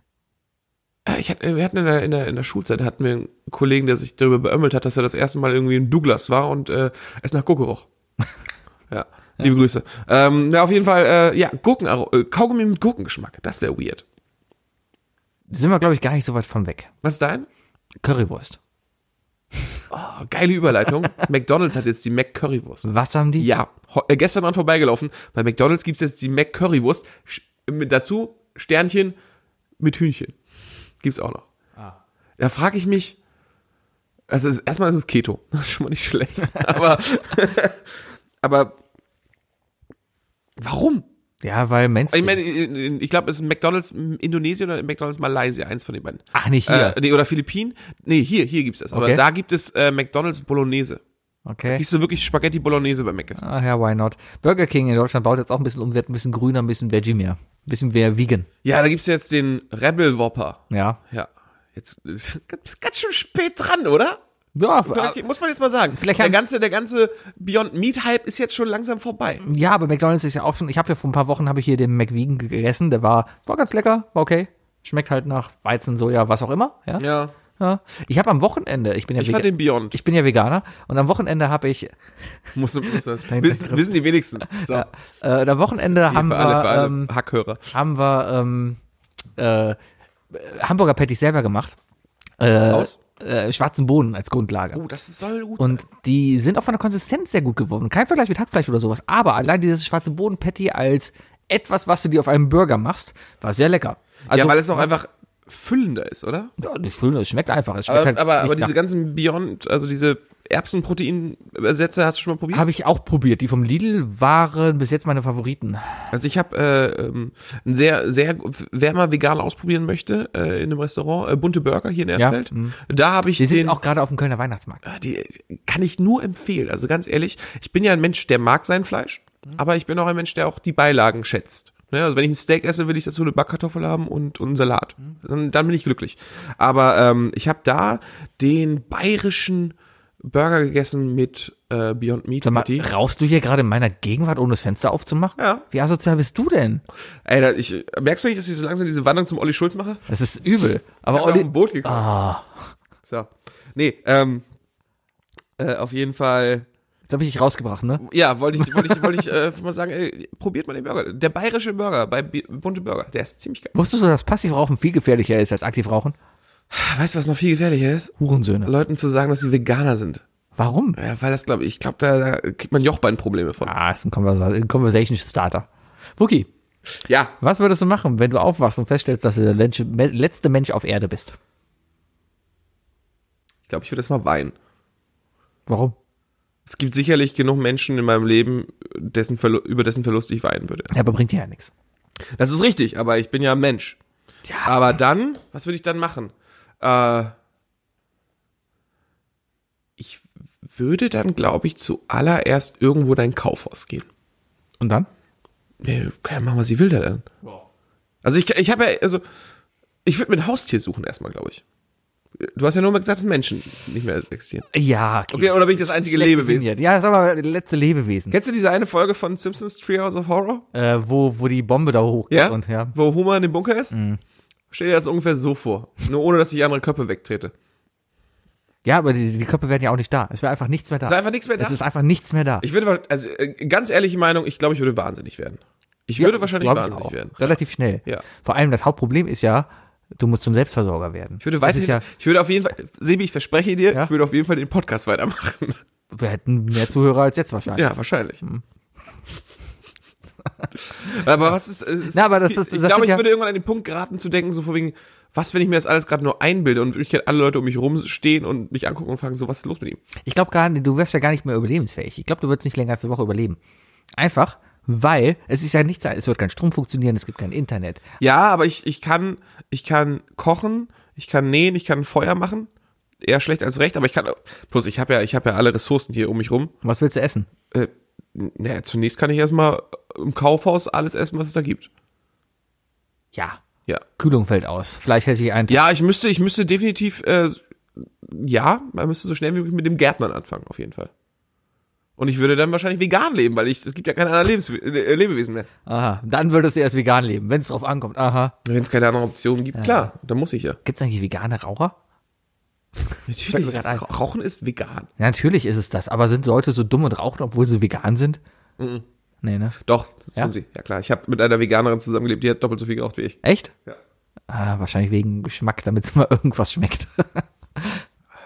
Äh, Ich hatte, wir hatten in der, in, der, in der Schulzeit hatten wir einen Kollegen, der sich darüber beömmelt hat, dass er das erste Mal irgendwie in Douglas war und äh, es nach Gurke roch. ja, liebe Grüße. Ähm, na, auf jeden Fall, äh, ja, Gurken, äh, Kaugummi mit Gurkengeschmack. Das wäre weird.
Sind wir, glaube ich, gar nicht so weit von weg.
Was ist dein?
Currywurst.
Oh, geile Überleitung. McDonalds hat jetzt die McCurrywurst.
Was haben die?
Ja, ho- äh, gestern dran vorbeigelaufen. Bei McDonalds gibt's jetzt die McCurrywurst. Sch- Mit dazu Sternchen mit Hühnchen. Gibt's auch noch.
Ah.
Da frage ich mich, also es, erstmal ist es Keto. [LAUGHS] Das ist schon mal nicht schlecht. Aber, [LAUGHS] aber warum?
Ja, weil Mainstream.
Ich meine, in- in- ich glaube, es ist ein McDonalds in Indonesien oder ein McDonalds Malaysia, eins von den beiden.
Ach, nicht hier.
Äh, nee, oder Philippinen. Nee, hier, hier gibt's das. Aber
Okay.
da gibt es äh, McDonalds Bolognese.
okay.
Kriegst du wirklich Spaghetti Bolognese bei Mc's?
Ach ja, why not? Burger King in Deutschland baut jetzt auch ein bisschen um, wird ein bisschen grüner, ein bisschen Veggie mehr. Ein bisschen mehr vegan.
Ja, da gibt's jetzt den Rebel Whopper.
Ja.
Ja. Jetzt [LAUGHS] ganz, ganz schön spät dran, oder?
Ja,
Okay, muss man jetzt mal sagen.
Vielleicht
der
haben-
ganze, der ganze Beyond Meat Hype ist jetzt schon langsam vorbei.
Ja, aber McDonald's ist ja auch schon. Ich habe ja vor ein paar Wochen habe ich hier den McVegan gegessen. Der war war ganz lecker, war okay. Schmeckt halt nach Weizen, Soja, was auch immer. Ja. ja. Ich habe am Wochenende. Ich bin ja
Ich fand
Vega-
den Beyond.
ich bin ja Veganer und am Wochenende habe ich
Muss,
[LAUGHS]
muss, wissen,
Begriff.
wissen die wenigsten. So,
äh, und am Wochenende haben
für alle, für
wir
alle
ähm,
Hackhörer.
haben wir ähm, äh, äh, Hamburger Patties selber gemacht. Äh,
Aus?
äh, schwarzen Bohnen als Grundlage.
Oh, das soll gut sein.
Und die sind auch von der Konsistenz sehr gut geworden. Kein Vergleich mit Hackfleisch oder sowas. Aber allein dieses schwarze Bodenpatty als etwas, was du dir auf einem Burger machst, war sehr lecker. Also,
ja, weil es auch einfach füllender ist, oder?
Ja, das Füllende, es schmeckt einfach. Es schmeckt
Aber,
halt
aber,
nicht
aber
nach-
diese ganzen Beyond, also diese Erbsenprotein-Sätze hast du schon mal probiert?
Habe ich auch probiert. Die vom Lidl waren bis jetzt meine Favoriten.
Also ich habe äh, ähm, ein sehr, sehr, wer mal vegan ausprobieren möchte, äh, in einem Restaurant, äh, bunte Burger hier in Erfeld. Da habe ich
mhm. Die
den, Ah,
sind auch gerade auf dem Kölner Weihnachtsmarkt.
die kann ich nur empfehlen. Also ganz ehrlich, ich bin ja ein Mensch, der mag sein Fleisch,
Mhm.
aber ich bin auch ein Mensch, der auch die Beilagen schätzt. Ne, also wenn ich ein Steak esse, will ich dazu eine Backkartoffel haben und, und einen Salat.
Mhm.
Dann, dann bin ich glücklich. Aber ähm, ich habe da den bayerischen Burger gegessen mit äh, Beyond Meat.
Sag mal,
Patty.
rauchst du hier gerade in meiner Gegenwart, ohne das Fenster aufzumachen?
Ja.
Wie asozial bist du denn?
Ey, da, ich, merkst du nicht, dass ich so langsam diese Wandlung zum Olli Schulz mache?
Das ist übel. Aber
Ich hab mir auch
Olli,
ein Boot gekauft. So. Nee, ähm, äh, auf jeden Fall.
jetzt habe ich dich rausgebracht, ne?
Ja, wollte ich, wollte ich, wollte ich äh, mal sagen, ey, probiert mal den Burger. Der bayerische Burger bei B Bunte Burger, der ist ziemlich geil.
Wusstest du, dass Passivrauchen viel gefährlicher ist als Aktivrauchen?
Ah, Weißt du, was noch viel gefährlicher ist?
Hurensöhne.
Leuten zu sagen, dass sie Veganer sind.
Warum?
Ja, weil das, glaube ich, ich glaube, da, da kriegt man Jochbeinprobleme von.
Ah, ist ein Conversa- ein Conversation Starter. Wookie,
Ja,
was würdest du machen, wenn du aufwachst und feststellst, dass du der Lensch- me- letzte Mensch auf Erde bist?
ich glaube, ich würde erstmal weinen.
Warum?
Es gibt sicherlich genug Menschen in meinem Leben, dessen Verlu über dessen Verlust ich weinen würde.
Ja, aber bringt dir ja nichts.
Das ist richtig, aber ich bin ja ein Mensch.
Ja.
Aber dann, was würde ich dann machen? Äh, ich würde dann, glaube ich, zuallererst irgendwo in ein Kaufhaus gehen.
Und dann?
Nee, kann ja machen, was sie will da dann. Also ich, ich habe ja, also ich würde mir ein Haustier suchen erstmal, glaube ich. Du hast ja nur mal gesagt, dass Menschen nicht mehr existieren.
Ja,
Okay, oder bin ich das einzige
Schlecht
Lebewesen?
definiert. Ja, sag mal, letzte Lebewesen.
Kennst du diese eine Folge von Simpsons Treehouse of Horror?
äh, wo, wo die Bombe da hoch
Ja?
und Mhm. ja.
Wo Homer in dem Bunker ist? Stell dir das ungefähr so vor. Nur ohne, dass ich andere Köpfe wegtrete.
Ja, aber die, die Köpfe werden ja auch nicht da. Es wäre einfach nichts mehr da.
Ist einfach nichts mehr da?
Es ist einfach nichts mehr da.
Ich würde, wa- also äh, ganz ehrliche Meinung, ich glaube, ich würde wahnsinnig werden. Ich würde wahrscheinlich
glaub ich
wahnsinnig
auch.
werden.
Relativ schnell.
Ja.
Vor allem das Hauptproblem ist ja, du musst zum Selbstversorger werden.
Ich würde
das ist
weiterhin,
ja,
ich würde auf jeden Fall, Sebi, ich verspreche dir,
Ja?
ich würde auf jeden Fall den
[LAUGHS]
Podcast weitermachen.
wir hätten mehr Zuhörer als jetzt wahrscheinlich.
Ja, wahrscheinlich.
Mhm.
[LAUGHS] Aber was ist, äh, ist
Na, aber das- das-
ich
das
glaube,
sind
ich
ja-
würde irgendwann an den Punkt geraten zu denken, so vor wegen, was, wenn ich mir das alles gerade nur einbilde und wirklich alle Leute um mich rumstehen und mich angucken und fragen, so, was ist los mit ihm?
Ich glaube gar nicht, du wärst ja gar nicht mehr überlebensfähig. Ich glaube, du würdest nicht länger als eine Woche überleben. Einfach, weil es ist ja nichts, es wird kein Strom funktionieren, es gibt kein Internet.
Ja, aber ich, ich kann, ich kann kochen, ich kann nähen, ich kann Feuer machen. Eher schlecht als recht, aber ich kann, plus ich habe ja, ich habe ja alle Ressourcen hier um mich rum.
Und Was willst du essen?
Äh, naja, zunächst kann ich erstmal im Kaufhaus alles essen, was es da gibt.
Ja.
Ja.
Kühlung fällt aus. Vielleicht hätte ich einen
Ja, ich müsste, ich müsste definitiv, äh, ja, man müsste so schnell wie möglich mit dem Gärtnern anfangen, auf jeden Fall. Und ich würde dann wahrscheinlich vegan leben, weil ich, es gibt ja keine anderen Lebens äh, Lebewesen mehr.
Aha, dann würdest du erst vegan leben, wenn es drauf ankommt. Aha.
Wenn es keine anderen Optionen gibt, klar, dann muss ich ja.
Gibt es eigentlich vegane Raucher?
Natürlich,
grad ein.
Rauchen ist vegan.
Ja, natürlich ist es das, aber sind Leute so dumm und rauchen, obwohl sie vegan sind? Nee, ne?
Doch, das
Ja?
tun sie. Ja klar, ich habe mit einer Veganerin zusammengelebt, die hat doppelt so viel geraucht wie ich.
Echt?
Ja.
Ah, wahrscheinlich wegen Geschmack, damit es mal [LAUGHS] irgendwas schmeckt.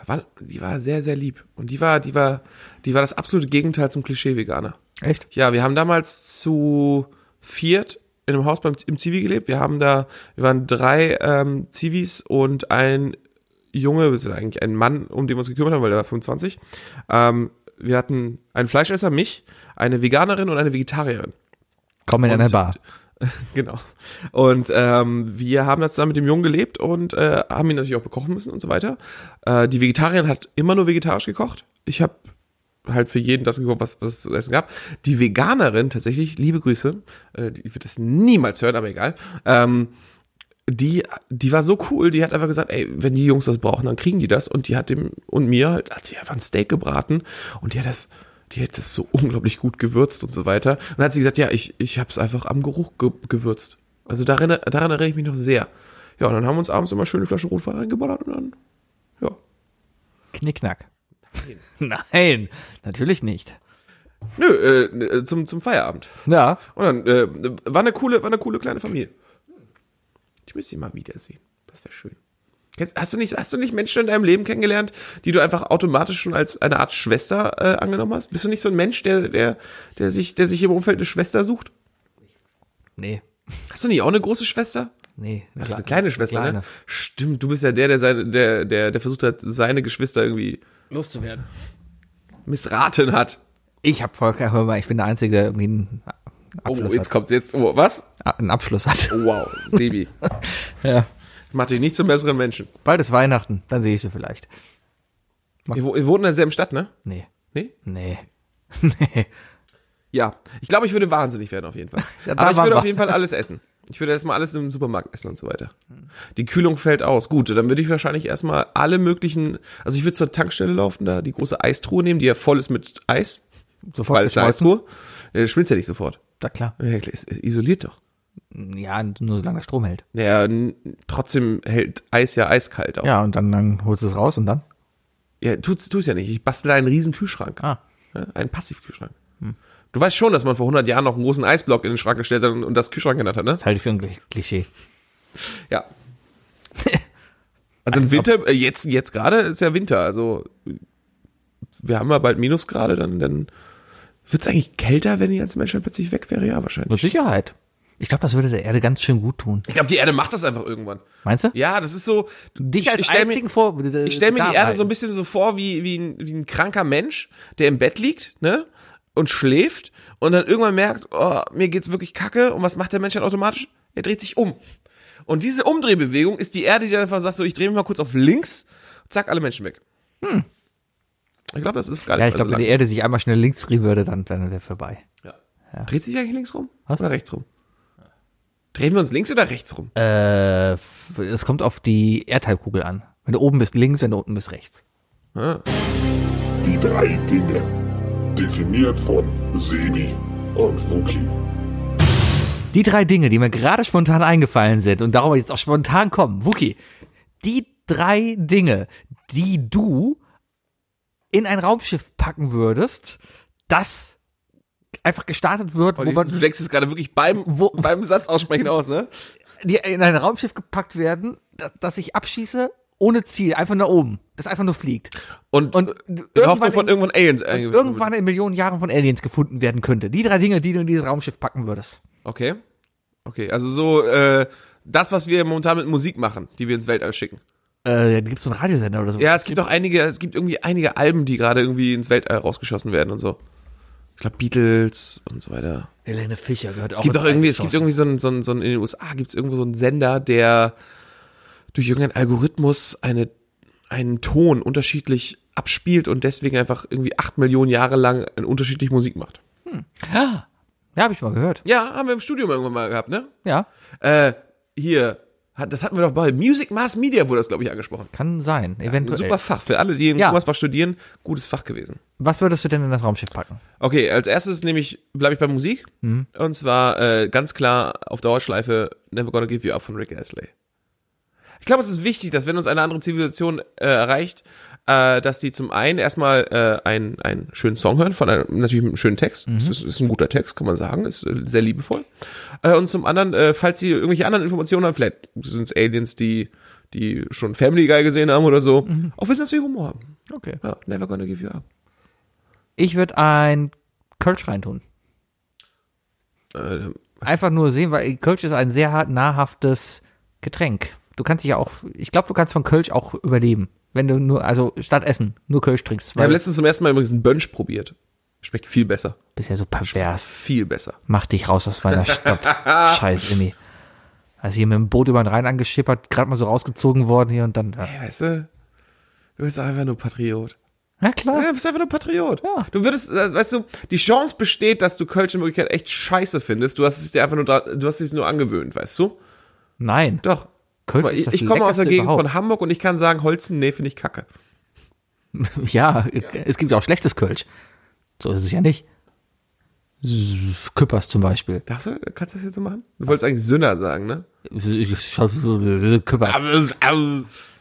War, die war sehr, sehr lieb. Und die war, die war, die war das absolute Gegenteil zum Klischee-Veganer.
Echt?
Ja, wir haben damals zu viert in einem Haus beim, im Zivi gelebt. Wir haben da, wir waren drei ähm, Zivis und ein Junge, das ist eigentlich ein Mann, um den wir uns gekümmert haben, weil der war 25. Ähm, wir hatten einen Fleischesser, mich, eine Veganerin und eine Vegetarierin.
Komm in
Und-
eine Bar.
[LAUGHS] Genau. Und ähm, wir haben da zusammen mit dem Jungen gelebt und äh, haben ihn natürlich auch bekochen müssen und so weiter. Äh, die Vegetarierin hat immer nur vegetarisch gekocht. Ich habe halt für jeden das gekocht, was, was es zu essen gab. Die Veganerin tatsächlich, liebe Grüße, äh, die wird das niemals hören, aber egal. Ähm, die, die war so cool, die hat einfach gesagt, ey, wenn die Jungs das brauchen, dann kriegen die das. Und die hat dem und mir halt, hat sie einfach ein Steak gebraten und die hat das, die hat das so unglaublich gut gewürzt und so weiter. Und dann hat sie gesagt, ja, ich, ich hab's einfach am Geruch ge gewürzt. Also daran, daran erinnere ich mich noch sehr. Ja, und dann haben wir uns abends immer schöne Flasche Rotwein reingeballert und dann, ja.
Knickknack. [LAUGHS] Nein, natürlich nicht.
Nö, äh, zum, zum Feierabend.
Ja.
Und dann, äh, war eine coole, war eine coole kleine Familie. Ich müsste sie mal wiedersehen. Das wäre schön. Kennst- Hast du nicht, hast du nicht Menschen in deinem Leben kennengelernt, die du einfach automatisch schon als eine Art Schwester äh, angenommen hast? Bist du nicht so ein Mensch, der, der, der sich, der sich im Umfeld eine Schwester sucht?
Nee.
Hast du nicht auch eine große Schwester?
Nee. eine
Ach, diese
kle-
kleine
eine
Schwester,
kleine.
ne? Stimmt, du bist ja der, der seine, der, der, der versucht hat, seine Geschwister irgendwie
Loszuwerden.
missraten hat.
Ich habe voll keine, hör mal, ich bin der Einzige, der irgendwie einen
Oh,
Abschluss,
jetzt kommt's jetzt. Oh, was?
hat. Einen Abschluss hat. [LAUGHS]
Wow, Sebi.
Ja.
Macht dich nicht zum besseren Menschen.
Bald ist Weihnachten, dann sehe ich sie vielleicht.
Ihr, wo- ihr wohnt in derselben Stadt, ne?
Nee.
Nee?
Nee. [LAUGHS] Nee.
Ja. Ich glaube, ich würde wahnsinnig werden auf jeden Fall.
[LAUGHS] Ja, da
Aber ich
waren
würde auf
wir.
jeden Fall alles essen. Ich würde erstmal alles im Supermarkt essen und so weiter. Die Kühlung fällt aus. Gut, dann würde ich wahrscheinlich erstmal alle möglichen, also ich würde zur Tankstelle laufen, da die große Eistruhe nehmen, die ja voll ist mit Eis,
Sofort
weil es eine
geschmolzen.
Eistruhe. Äh, Schmilzt ja nicht sofort.
Da klar.
Ja, klar, es Isoliert doch.
Ja, nur solange der Strom hält.
Naja, n- trotzdem hält Eis ja eiskalt auch. Ja,
Ja, und dann, dann holst du es raus und dann?
tut's, tut's ja nicht. Ich bastel einen riesen Kühlschrank.
Ah.
Ja, einen Passivkühlschrank. Du weißt schon, dass man vor 100 Jahren noch einen großen Eisblock in den Schrank gestellt hat und und das Kühlschrank genannt hat, ne?
Das halte ich für ein Kli- Klischee. [LAUGHS]
Ja. Also im Winter, äh, jetzt, jetzt gerade ist ja Winter, also wir haben ja bald Minusgrade, dann, dann wird's eigentlich kälter, wenn die ganze Menschheit plötzlich weg wäre? Ja, wahrscheinlich.
Mit Sicherheit. Ich glaube, das würde der Erde ganz schön gut tun.
Ich glaube, die Erde macht das einfach irgendwann.
Meinst du?
Ja, das ist so.
Dich
ich,
als
ich stell mir-
einzigen vor.
Ich stelle mir die Erde so ein bisschen so vor wie, wie, ein, wie ein kranker Mensch, der im Bett liegt, ne? Und schläft und dann irgendwann merkt, oh, mir geht's wirklich kacke. Und was macht der Mensch dann automatisch? Er dreht sich um. Und diese Umdrehbewegung ist die Erde, die dann einfach sagt, so, ich drehe mich mal kurz auf links, zack, alle Menschen weg. Hm. Ich glaube, das ist gar nicht
Ja, ich
mal
glaube, wenn die Erde sich einmal schnell links drehen würde, dann, dann wäre vorbei.
lang. ja. Dreht sich eigentlich links rum?
Was?
Oder rechts rum? Drehen wir uns links oder rechts rum?
Äh, f- es kommt auf die Erdhalbkugel an. Wenn du oben bist links, wenn du unten bist rechts.
Die drei Dinge. Definiert von Sebi und Fuki.
Die drei Dinge, die mir gerade spontan eingefallen sind und darüber jetzt auch spontan kommen. Wookie, die drei Dinge, die du in ein Raumschiff packen würdest, das einfach gestartet wird, wo
du
man,
denkst es gerade wirklich beim,
Wo-
beim Satz aussprechen aus, ne?
die in ein Raumschiff gepackt werden, da- das ich abschieße ohne Ziel, einfach nach oben, das einfach nur fliegt.
Und,
Und
und
irgendwann
Hoffnung von
in-
irgendwann Aliens eingewiesen wird.
Irgendwann in Millionen Jahren von Aliens gefunden werden könnte. Die drei Dinge, die du in dieses Raumschiff packen würdest.
Okay. Okay, also so äh, das, was wir momentan mit Musik machen, die wir ins Weltall schicken.
Äh, da gibt's so einen Radiosender oder so.
Ja, es gibt auch einige, es gibt irgendwie einige Alben, die gerade irgendwie ins Weltall rausgeschossen werden und so. Ich glaube Beatles und so weiter.
Helene Fischer gehört
Es gibt auch irgendwie, es gibt irgendwie so einen, so einen, so einen in den USA gibt es irgendwo so einen Sender, der durch irgendeinen Algorithmus eine, einen Ton unterschiedlich abspielt und deswegen einfach irgendwie acht Millionen Jahre lang eine unterschiedliche Musik macht.
Ja, habe ich mal gehört.
Ja, haben wir im Studium irgendwann mal gehabt, ne?
Ja,
Äh, hier, hat, das hatten wir doch bei Music Mass Media, wurde das, glaube ich, angesprochen.
kann sein,
Ein
eventuell.
super Fach. Für alle, die in
Ja.
Gummersbach studieren, gutes Fach gewesen.
Was würdest du denn in das Raumschiff packen?
Okay, als erstes nehme ich, bleibe ich bei Musik. Und zwar äh, ganz klar auf Dauerschleife Never Gonna Give You Up von Rick Astley. Ich glaube, es ist wichtig, dass wenn uns eine andere Zivilisation äh, erreicht, äh, dass die zum einen erstmal äh, einen, einen schönen Song hören, von einem, natürlich mit einem schönen Text. Es ist, ist ein guter Text, kann man sagen, ist äh, sehr liebevoll. Äh, und zum anderen, äh, falls sie irgendwelche anderen Informationen haben, vielleicht sind es Aliens, die, die schon Family Guy gesehen haben oder so, auch wissen, dass wir Humor haben.
Okay.
Ja, never gonna give you up.
Ich würde ein Kölsch reintun.
Äh,
Einfach nur sehen, weil Kölsch ist ein sehr nahrhaftes Getränk. Du kannst dich ja auch, ich glaube, du kannst von Kölsch auch überleben. Wenn du nur, also statt Essen, nur Kölsch trinkst.
Ich
Weil
habe letztens zum ersten Mal übrigens einen Bönsch probiert. Schmeckt viel besser.
du bist ja so pervers.
Viel besser.
Mach dich raus aus meiner
[LAUGHS]
Stadt. Scheiß Immi. Also hier mit dem Boot über den Rhein angeschippert, gerade mal so rausgezogen worden hier und dann. äh. Ja,
Hey, weißt du, du bist einfach nur Patriot.
ja
Ja,
klar.
du bist einfach nur Patriot.
Ja.
Du würdest, äh, weißt du, die Chance besteht, dass du Kölsch in Wirklichkeit echt scheiße findest. Du hast es dir einfach nur, da, du hast es dir nur angewöhnt, weißt du?
Nein.
Doch.
Kölsch
Guck mal,
ist das
ich, ich komme aus der
Leckerste
Gegend
überhaupt.
von Hamburg und ich kann sagen, Holzen, nee, finde ich kacke.
Ja, äh, es gibt ja auch schlechtes Kölsch. So ist es ja nicht. Küppers zum Beispiel.
Darfst du, kannst du das jetzt so machen? Du wolltest eigentlich Sünner sagen, ne?
Küppers.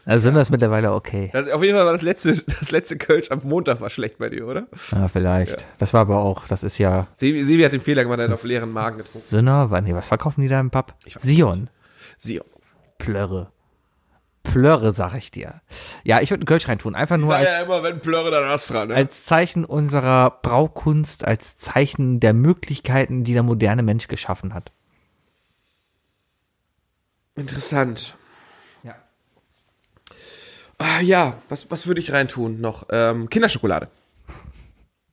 Also sind das mittlerweile okay.
Das, auf jeden Fall war das letzte, [LAUGHS] das letzte Kölsch am Montag war schlecht bei dir, oder?
Ja, vielleicht. Das war aber auch, das ist ja
Sebi, Sebi hat den Fehler gemacht, er hat auf leeren Magen getrunken.
Sünner. wa- Nee, was verkaufen die da im Pub? Sion.
Sion.
Plörre. Plörre, sag ich dir. Ja, ich würde einen Kölsch reintun. Einfach nur
Sag
als,
ja immer, wenn Plörre dann Astra, ne?
als Zeichen unserer Braukunst, als Zeichen der Möglichkeiten, die der moderne Mensch geschaffen hat.
Interessant.
Ja.
Ah, ja, was, was würde ich reintun noch? Ähm, Kinderschokolade.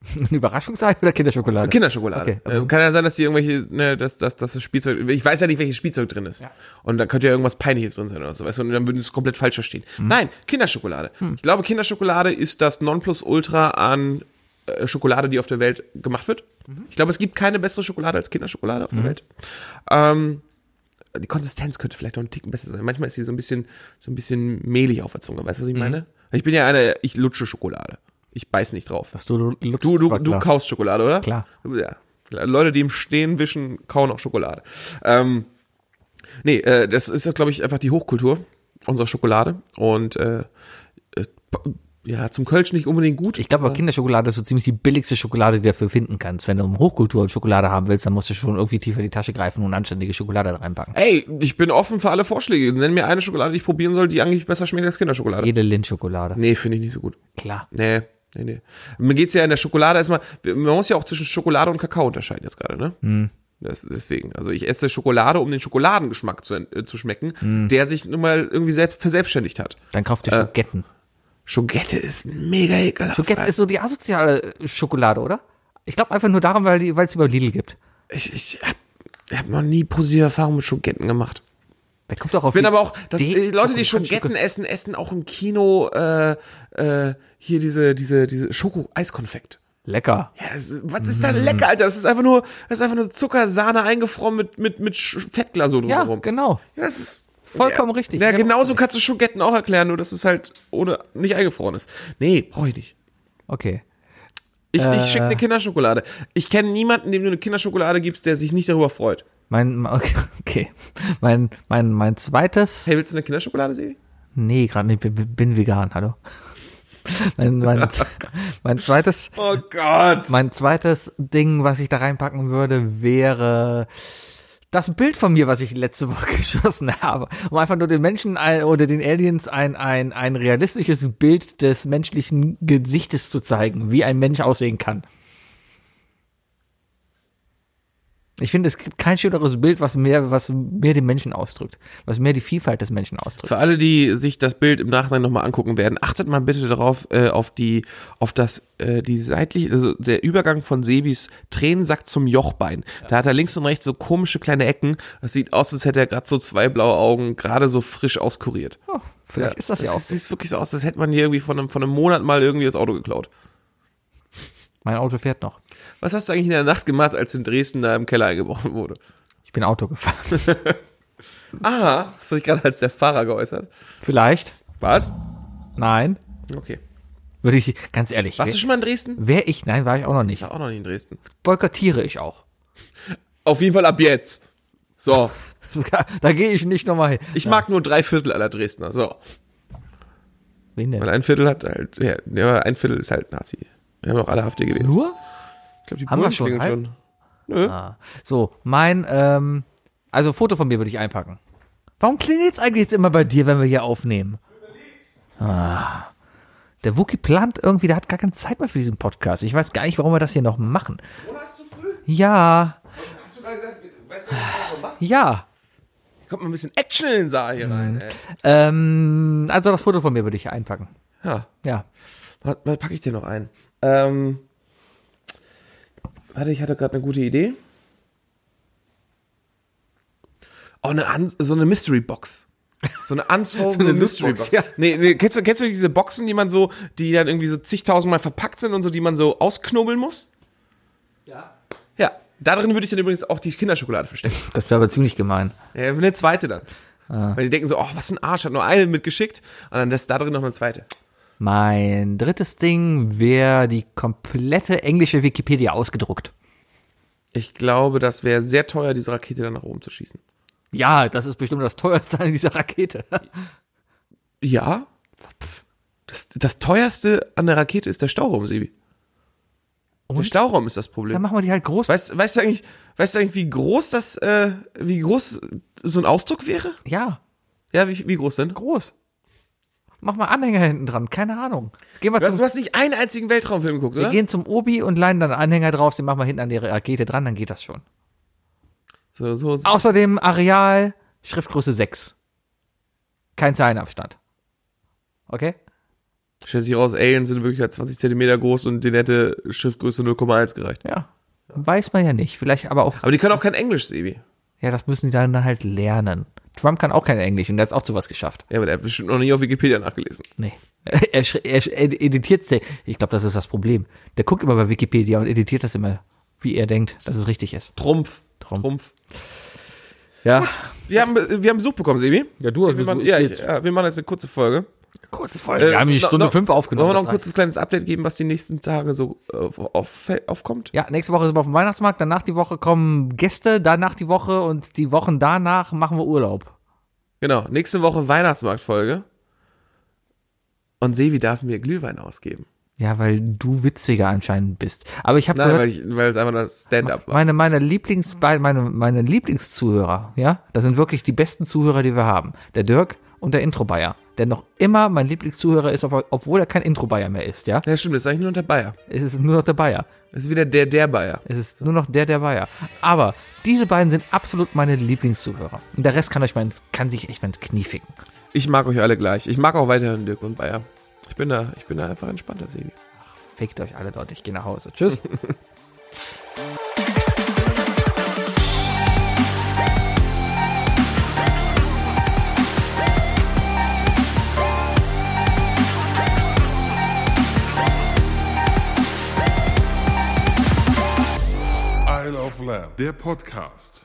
[LAUGHS] Ein Überraschungsei oder Kinderschokolade?
Kinderschokolade.
Okay.
Ähm, kann ja sein, dass die irgendwelche, ne, dass, dass, dass das Spielzeug, ich weiß ja nicht, welches Spielzeug drin ist.
Ja.
Und da könnte ja irgendwas Peinliches drin sein oder so, weißt du, und dann würden sie es komplett falsch verstehen.
Mhm.
Nein, Kinderschokolade.
Hm.
Ich glaube, Kinderschokolade ist das Nonplusultra an äh, Schokolade, die auf der Welt gemacht wird.
Mhm.
Ich glaube, es gibt keine bessere Schokolade als Kinderschokolade auf der Welt. Ähm, die Konsistenz könnte vielleicht noch ein Ticken besser sein. Manchmal ist sie so ein bisschen, so ein bisschen mehlig auf der Zunge, weißt du, was
Mhm.
ich meine? Ich bin ja einer, ich lutsche Schokolade. Ich beiß nicht drauf.
Dass du, du,
Du, du, du kaust Schokolade, oder?
Klar.
Ja. Leute, die im Stehen wischen, kauen auch Schokolade. Ähm, nee, äh, das ist, glaube ich, einfach die Hochkultur unserer Schokolade. Und äh, äh, p- ja, zum Kölsch nicht unbedingt gut.
Ich glaube, aber Kinderschokolade ist so ziemlich die billigste Schokolade, die du dafür finden kannst. Wenn du um Hochkultur und Schokolade haben willst, dann musst du schon irgendwie tiefer in die Tasche greifen und anständige Schokolade da reinpacken.
Ey, ich bin offen für alle Vorschläge. Nenn mir eine Schokolade, die ich probieren soll, die eigentlich besser schmeckt als Kinderschokolade.
Jede Lindschokolade.
Nee, finde ich nicht so gut.
Klar.
Nee, nee, nee. Mir geht's ja in der Schokolade erstmal, man muss ja auch zwischen Schokolade und Kakao unterscheiden jetzt gerade, ne?
Hm.
Das, deswegen, also ich esse Schokolade, um den Schokoladengeschmack zu, äh, zu schmecken,
Hm.
der sich nun mal irgendwie selbst verselbstständigt hat.
Dann kauf dir
Äh.
Schogetten.
Schogette ist mega ekelhaft.
Schogetten ist so die asoziale äh, Schokolade, oder? Ich glaube einfach nur daran, weil die- weil es die bei Lidl gibt.
ich ich hab, hab noch nie positive Erfahrungen mit Schogetten gemacht.
Da kommt doch auf
Ich bin
die
aber auch, dass
Idee,
die Leute, die
Schoko-
Schogetten essen, essen auch im Kino äh, äh, hier diese, diese, diese Schoko-Eiskonfekt.
Lecker.
Ja, es- was ist da
Mhm.
lecker, Alter? Das ist einfach nur, das ist einfach nur Zucker, Sahne eingefroren mit, mit, mit Sch- Fettglasur
Ja,
drumherum.
genau.
Ja, das ist
Vollkommen
ja,
richtig. genau.
Ja,
Sehr
genauso kannst du Schogetten auch erklären, nur dass es halt ohne, nicht eingefroren ist. Nee, brauche ich nicht.
Okay.
Ich, ich
Äh.
schicke eine Kinderschokolade. Ich kenne niemanden, dem du eine Kinderschokolade gibst, der sich nicht darüber freut.
Mein, [LAUGHS] okay. Mein, mein, mein zweites.
Hey, willst du eine Kinderschokolade, Sebi?
Nee, gerade nicht. Bin, bin vegan, hallo. [LAUGHS] Mein, mein, mein zweites.
Oh Gott.
Mein zweites Ding, was ich da reinpacken würde, wäre das Bild von mir, was ich letzte Woche [LAUGHS] geschossen habe. Um einfach nur den Menschen ein- oder den Aliens ein, ein, ein realistisches Bild des menschlichen Gesichtes zu zeigen, wie ein Mensch aussehen kann. Ich finde, es gibt kein schöneres Bild, was mehr, was mehr den Menschen ausdrückt, was mehr die Vielfalt des Menschen ausdrückt.
Für alle, die sich das Bild im Nachhinein nochmal angucken werden, achtet mal bitte darauf, äh, auf die, auf das, äh, die seitliche, also der Übergang von Sebis Tränensack zum Jochbein. Da hat er links und rechts so komische kleine Ecken. Das sieht aus, als hätte er gerade so zwei blaue Augen gerade so frisch auskuriert.
Oh, vielleicht ist das ja auch.
Das sieht wirklich so aus, als hätte man hier irgendwie von einem, von einem Monat mal irgendwie das Auto geklaut.
Mein Auto fährt noch.
Was hast du eigentlich in der Nacht gemacht, als in Dresden da im Keller eingebrochen wurde?
Ich bin Auto gefahren. [LAUGHS]
Aha, hast du dich gerade als der Fahrer geäußert?
vielleicht?
Was?
Nein.
Okay.
Würde ich, ganz ehrlich.
Warst du schon mal in Dresden?
Wäre ich, nein, war ich auch noch
Ich
nicht.
war auch noch nie in Dresden.
Boykottiere ich auch. [LAUGHS]
Auf jeden Fall ab jetzt. So.
Da, da gehe ich nicht nochmal hin.
Ich mag nur drei Viertel aller Dresdner, so.
Wen
Weil
denn?
ein Viertel hat halt, ja, ja, ein Viertel ist halt Nazi. Wir haben doch alle AfD gewählt.
Nur?
Ich glaube, die
Haben wir
Bullen
schon
klingeln
einen?
Nö.
So, mein, ähm, also Foto von mir würde ich einpacken. Warum klingelt's eigentlich jetzt immer bei dir, wenn wir hier aufnehmen? Ah, der Wookie plant irgendwie, der hat gar keine Zeit mehr für diesen Podcast. Ich weiß gar nicht, warum wir das hier noch machen. Ja, ja.
Kommt mal ein bisschen Action in den Saal hier rein, ey.
Ähm, also das Foto von mir würde ich einpacken.
Ja.
Ja.
Was, was packe ich dir noch ein? Ähm, warte, ich hatte gerade eine gute Idee. Oh, eine An so eine Mystery Box. [LAUGHS] So eine anzogene Mystery Box.
Nussbox, ja.
Nee, nee, kennst du, kennst du diese Boxen, die man so, die dann irgendwie so zigtausendmal verpackt sind und so, die man so ausknobeln muss? Ja. Ja. Da drin würde ich dann übrigens auch die Kinderschokolade verstecken.
Das wäre aber ziemlich gemein.
Ja, eine zweite dann. Weil die denken so, oh, was ein Arsch, hat nur eine mitgeschickt und dann ist da drin noch eine zweite.
Mein drittes Ding wäre die komplette englische Wikipedia ausgedruckt.
Ich glaube, das wäre sehr teuer, diese Rakete dann nach oben zu schießen.
Ja, das ist bestimmt das teuerste an dieser Rakete.
Ja. Das, das teuerste an der Rakete ist der Stauraum, Sebi. Der Stauraum ist das
[LAUGHS] Dann
Problem.
machen wir die halt groß.
Weißt, weißt, du eigentlich, weißt du eigentlich, wie groß das, äh, wie groß so ein Ausdruck wäre?
Ja,
Ja, wie, wie groß denn? Du
groß. Mach mal Anhänger hinten dran, keine Ahnung. Gehen wir,
hast,
zum,
du hast nicht einen einzigen Weltraumfilm geguckt,
wir
oder?
gehen zum Obi und leihen dann Anhänger drauf, den machen wir hinten an die Rakete dran, dann geht das schon.
So, so, so.
Außerdem Areal, Schriftgröße 6. Kein Zeilenabstand. Okay?
Stellt sich raus, Aliens sind wirklich halt 20 Zentimeter groß und denen hätte Schriftgröße 0,1 gereicht.
Ja. Weiß man ja nicht. Vielleicht aber auch,
Aber die können auch kein Englisch, Sebi.
ja, das müssen die dann halt lernen. Trump kann auch kein Englisch und der hat auch zu was geschafft.
Ja, aber der hat bestimmt noch nie auf Wikipedia nachgelesen.
Nee. [LAUGHS] Er, schri- er sch- ed- editiert Ich glaube, das ist das Problem. Der guckt immer bei Wikipedia und editiert das immer, wie er denkt, dass es richtig ist.
Trumpf.
Trumpf.
Trumpf.
Ja.
Wir haben, wir haben Besuch bekommen, Sebi.
Ja, du hast
wir machen,
Besuch,
ja,
es
ich, ja, wir machen jetzt eine kurze Folge.
Kurze Folge. Wir haben die
Äh, noch-
Stunde
noch-
5 aufgenommen.
Wollen wir noch ein
das reicht.
kurzes kleines Update geben, was die nächsten Tage so äh, auf, aufkommt?
ja, nächste Woche sind wir auf dem Weihnachtsmarkt, danach die Woche kommen Gäste, danach die Woche und die Wochen danach machen wir Urlaub.
Genau, nächste Woche Weihnachtsmarktfolge. Und Sevi darf mir Glühwein ausgeben.
Ja, weil du witziger anscheinend bist. Aber ich habe
Nein,
gehört,
weil, ich, weil es einfach nur Stand-up war.
meine, meine, Lieblings, bei- meine, meine Lieblingszuhörer, ja, das sind wirklich die besten Zuhörer, die wir haben. Der Dirk und der Intro-Bayer, der noch immer mein Lieblingszuhörer ist, ob- obwohl er kein Intro-Bayer mehr ist, ja.
Ja, stimmt, das ist eigentlich nur der Bayer.
Es ist nur noch der Bayer.
Das ist wieder der, der Bayer.
Es ist nur noch der, der Bayer. Aber diese beiden sind absolut meine Lieblingszuhörer. Und der Rest kann, euch mal ins, kann sich echt mal ins Knie ficken.
Ich mag euch alle gleich. Ich mag auch weiterhin Dirk und Bayer. Ich bin da, ich bin da einfach entspannter, Sevi.
Fickt euch alle dort, ich gehe nach Hause. Tschüss.
Der Podcast.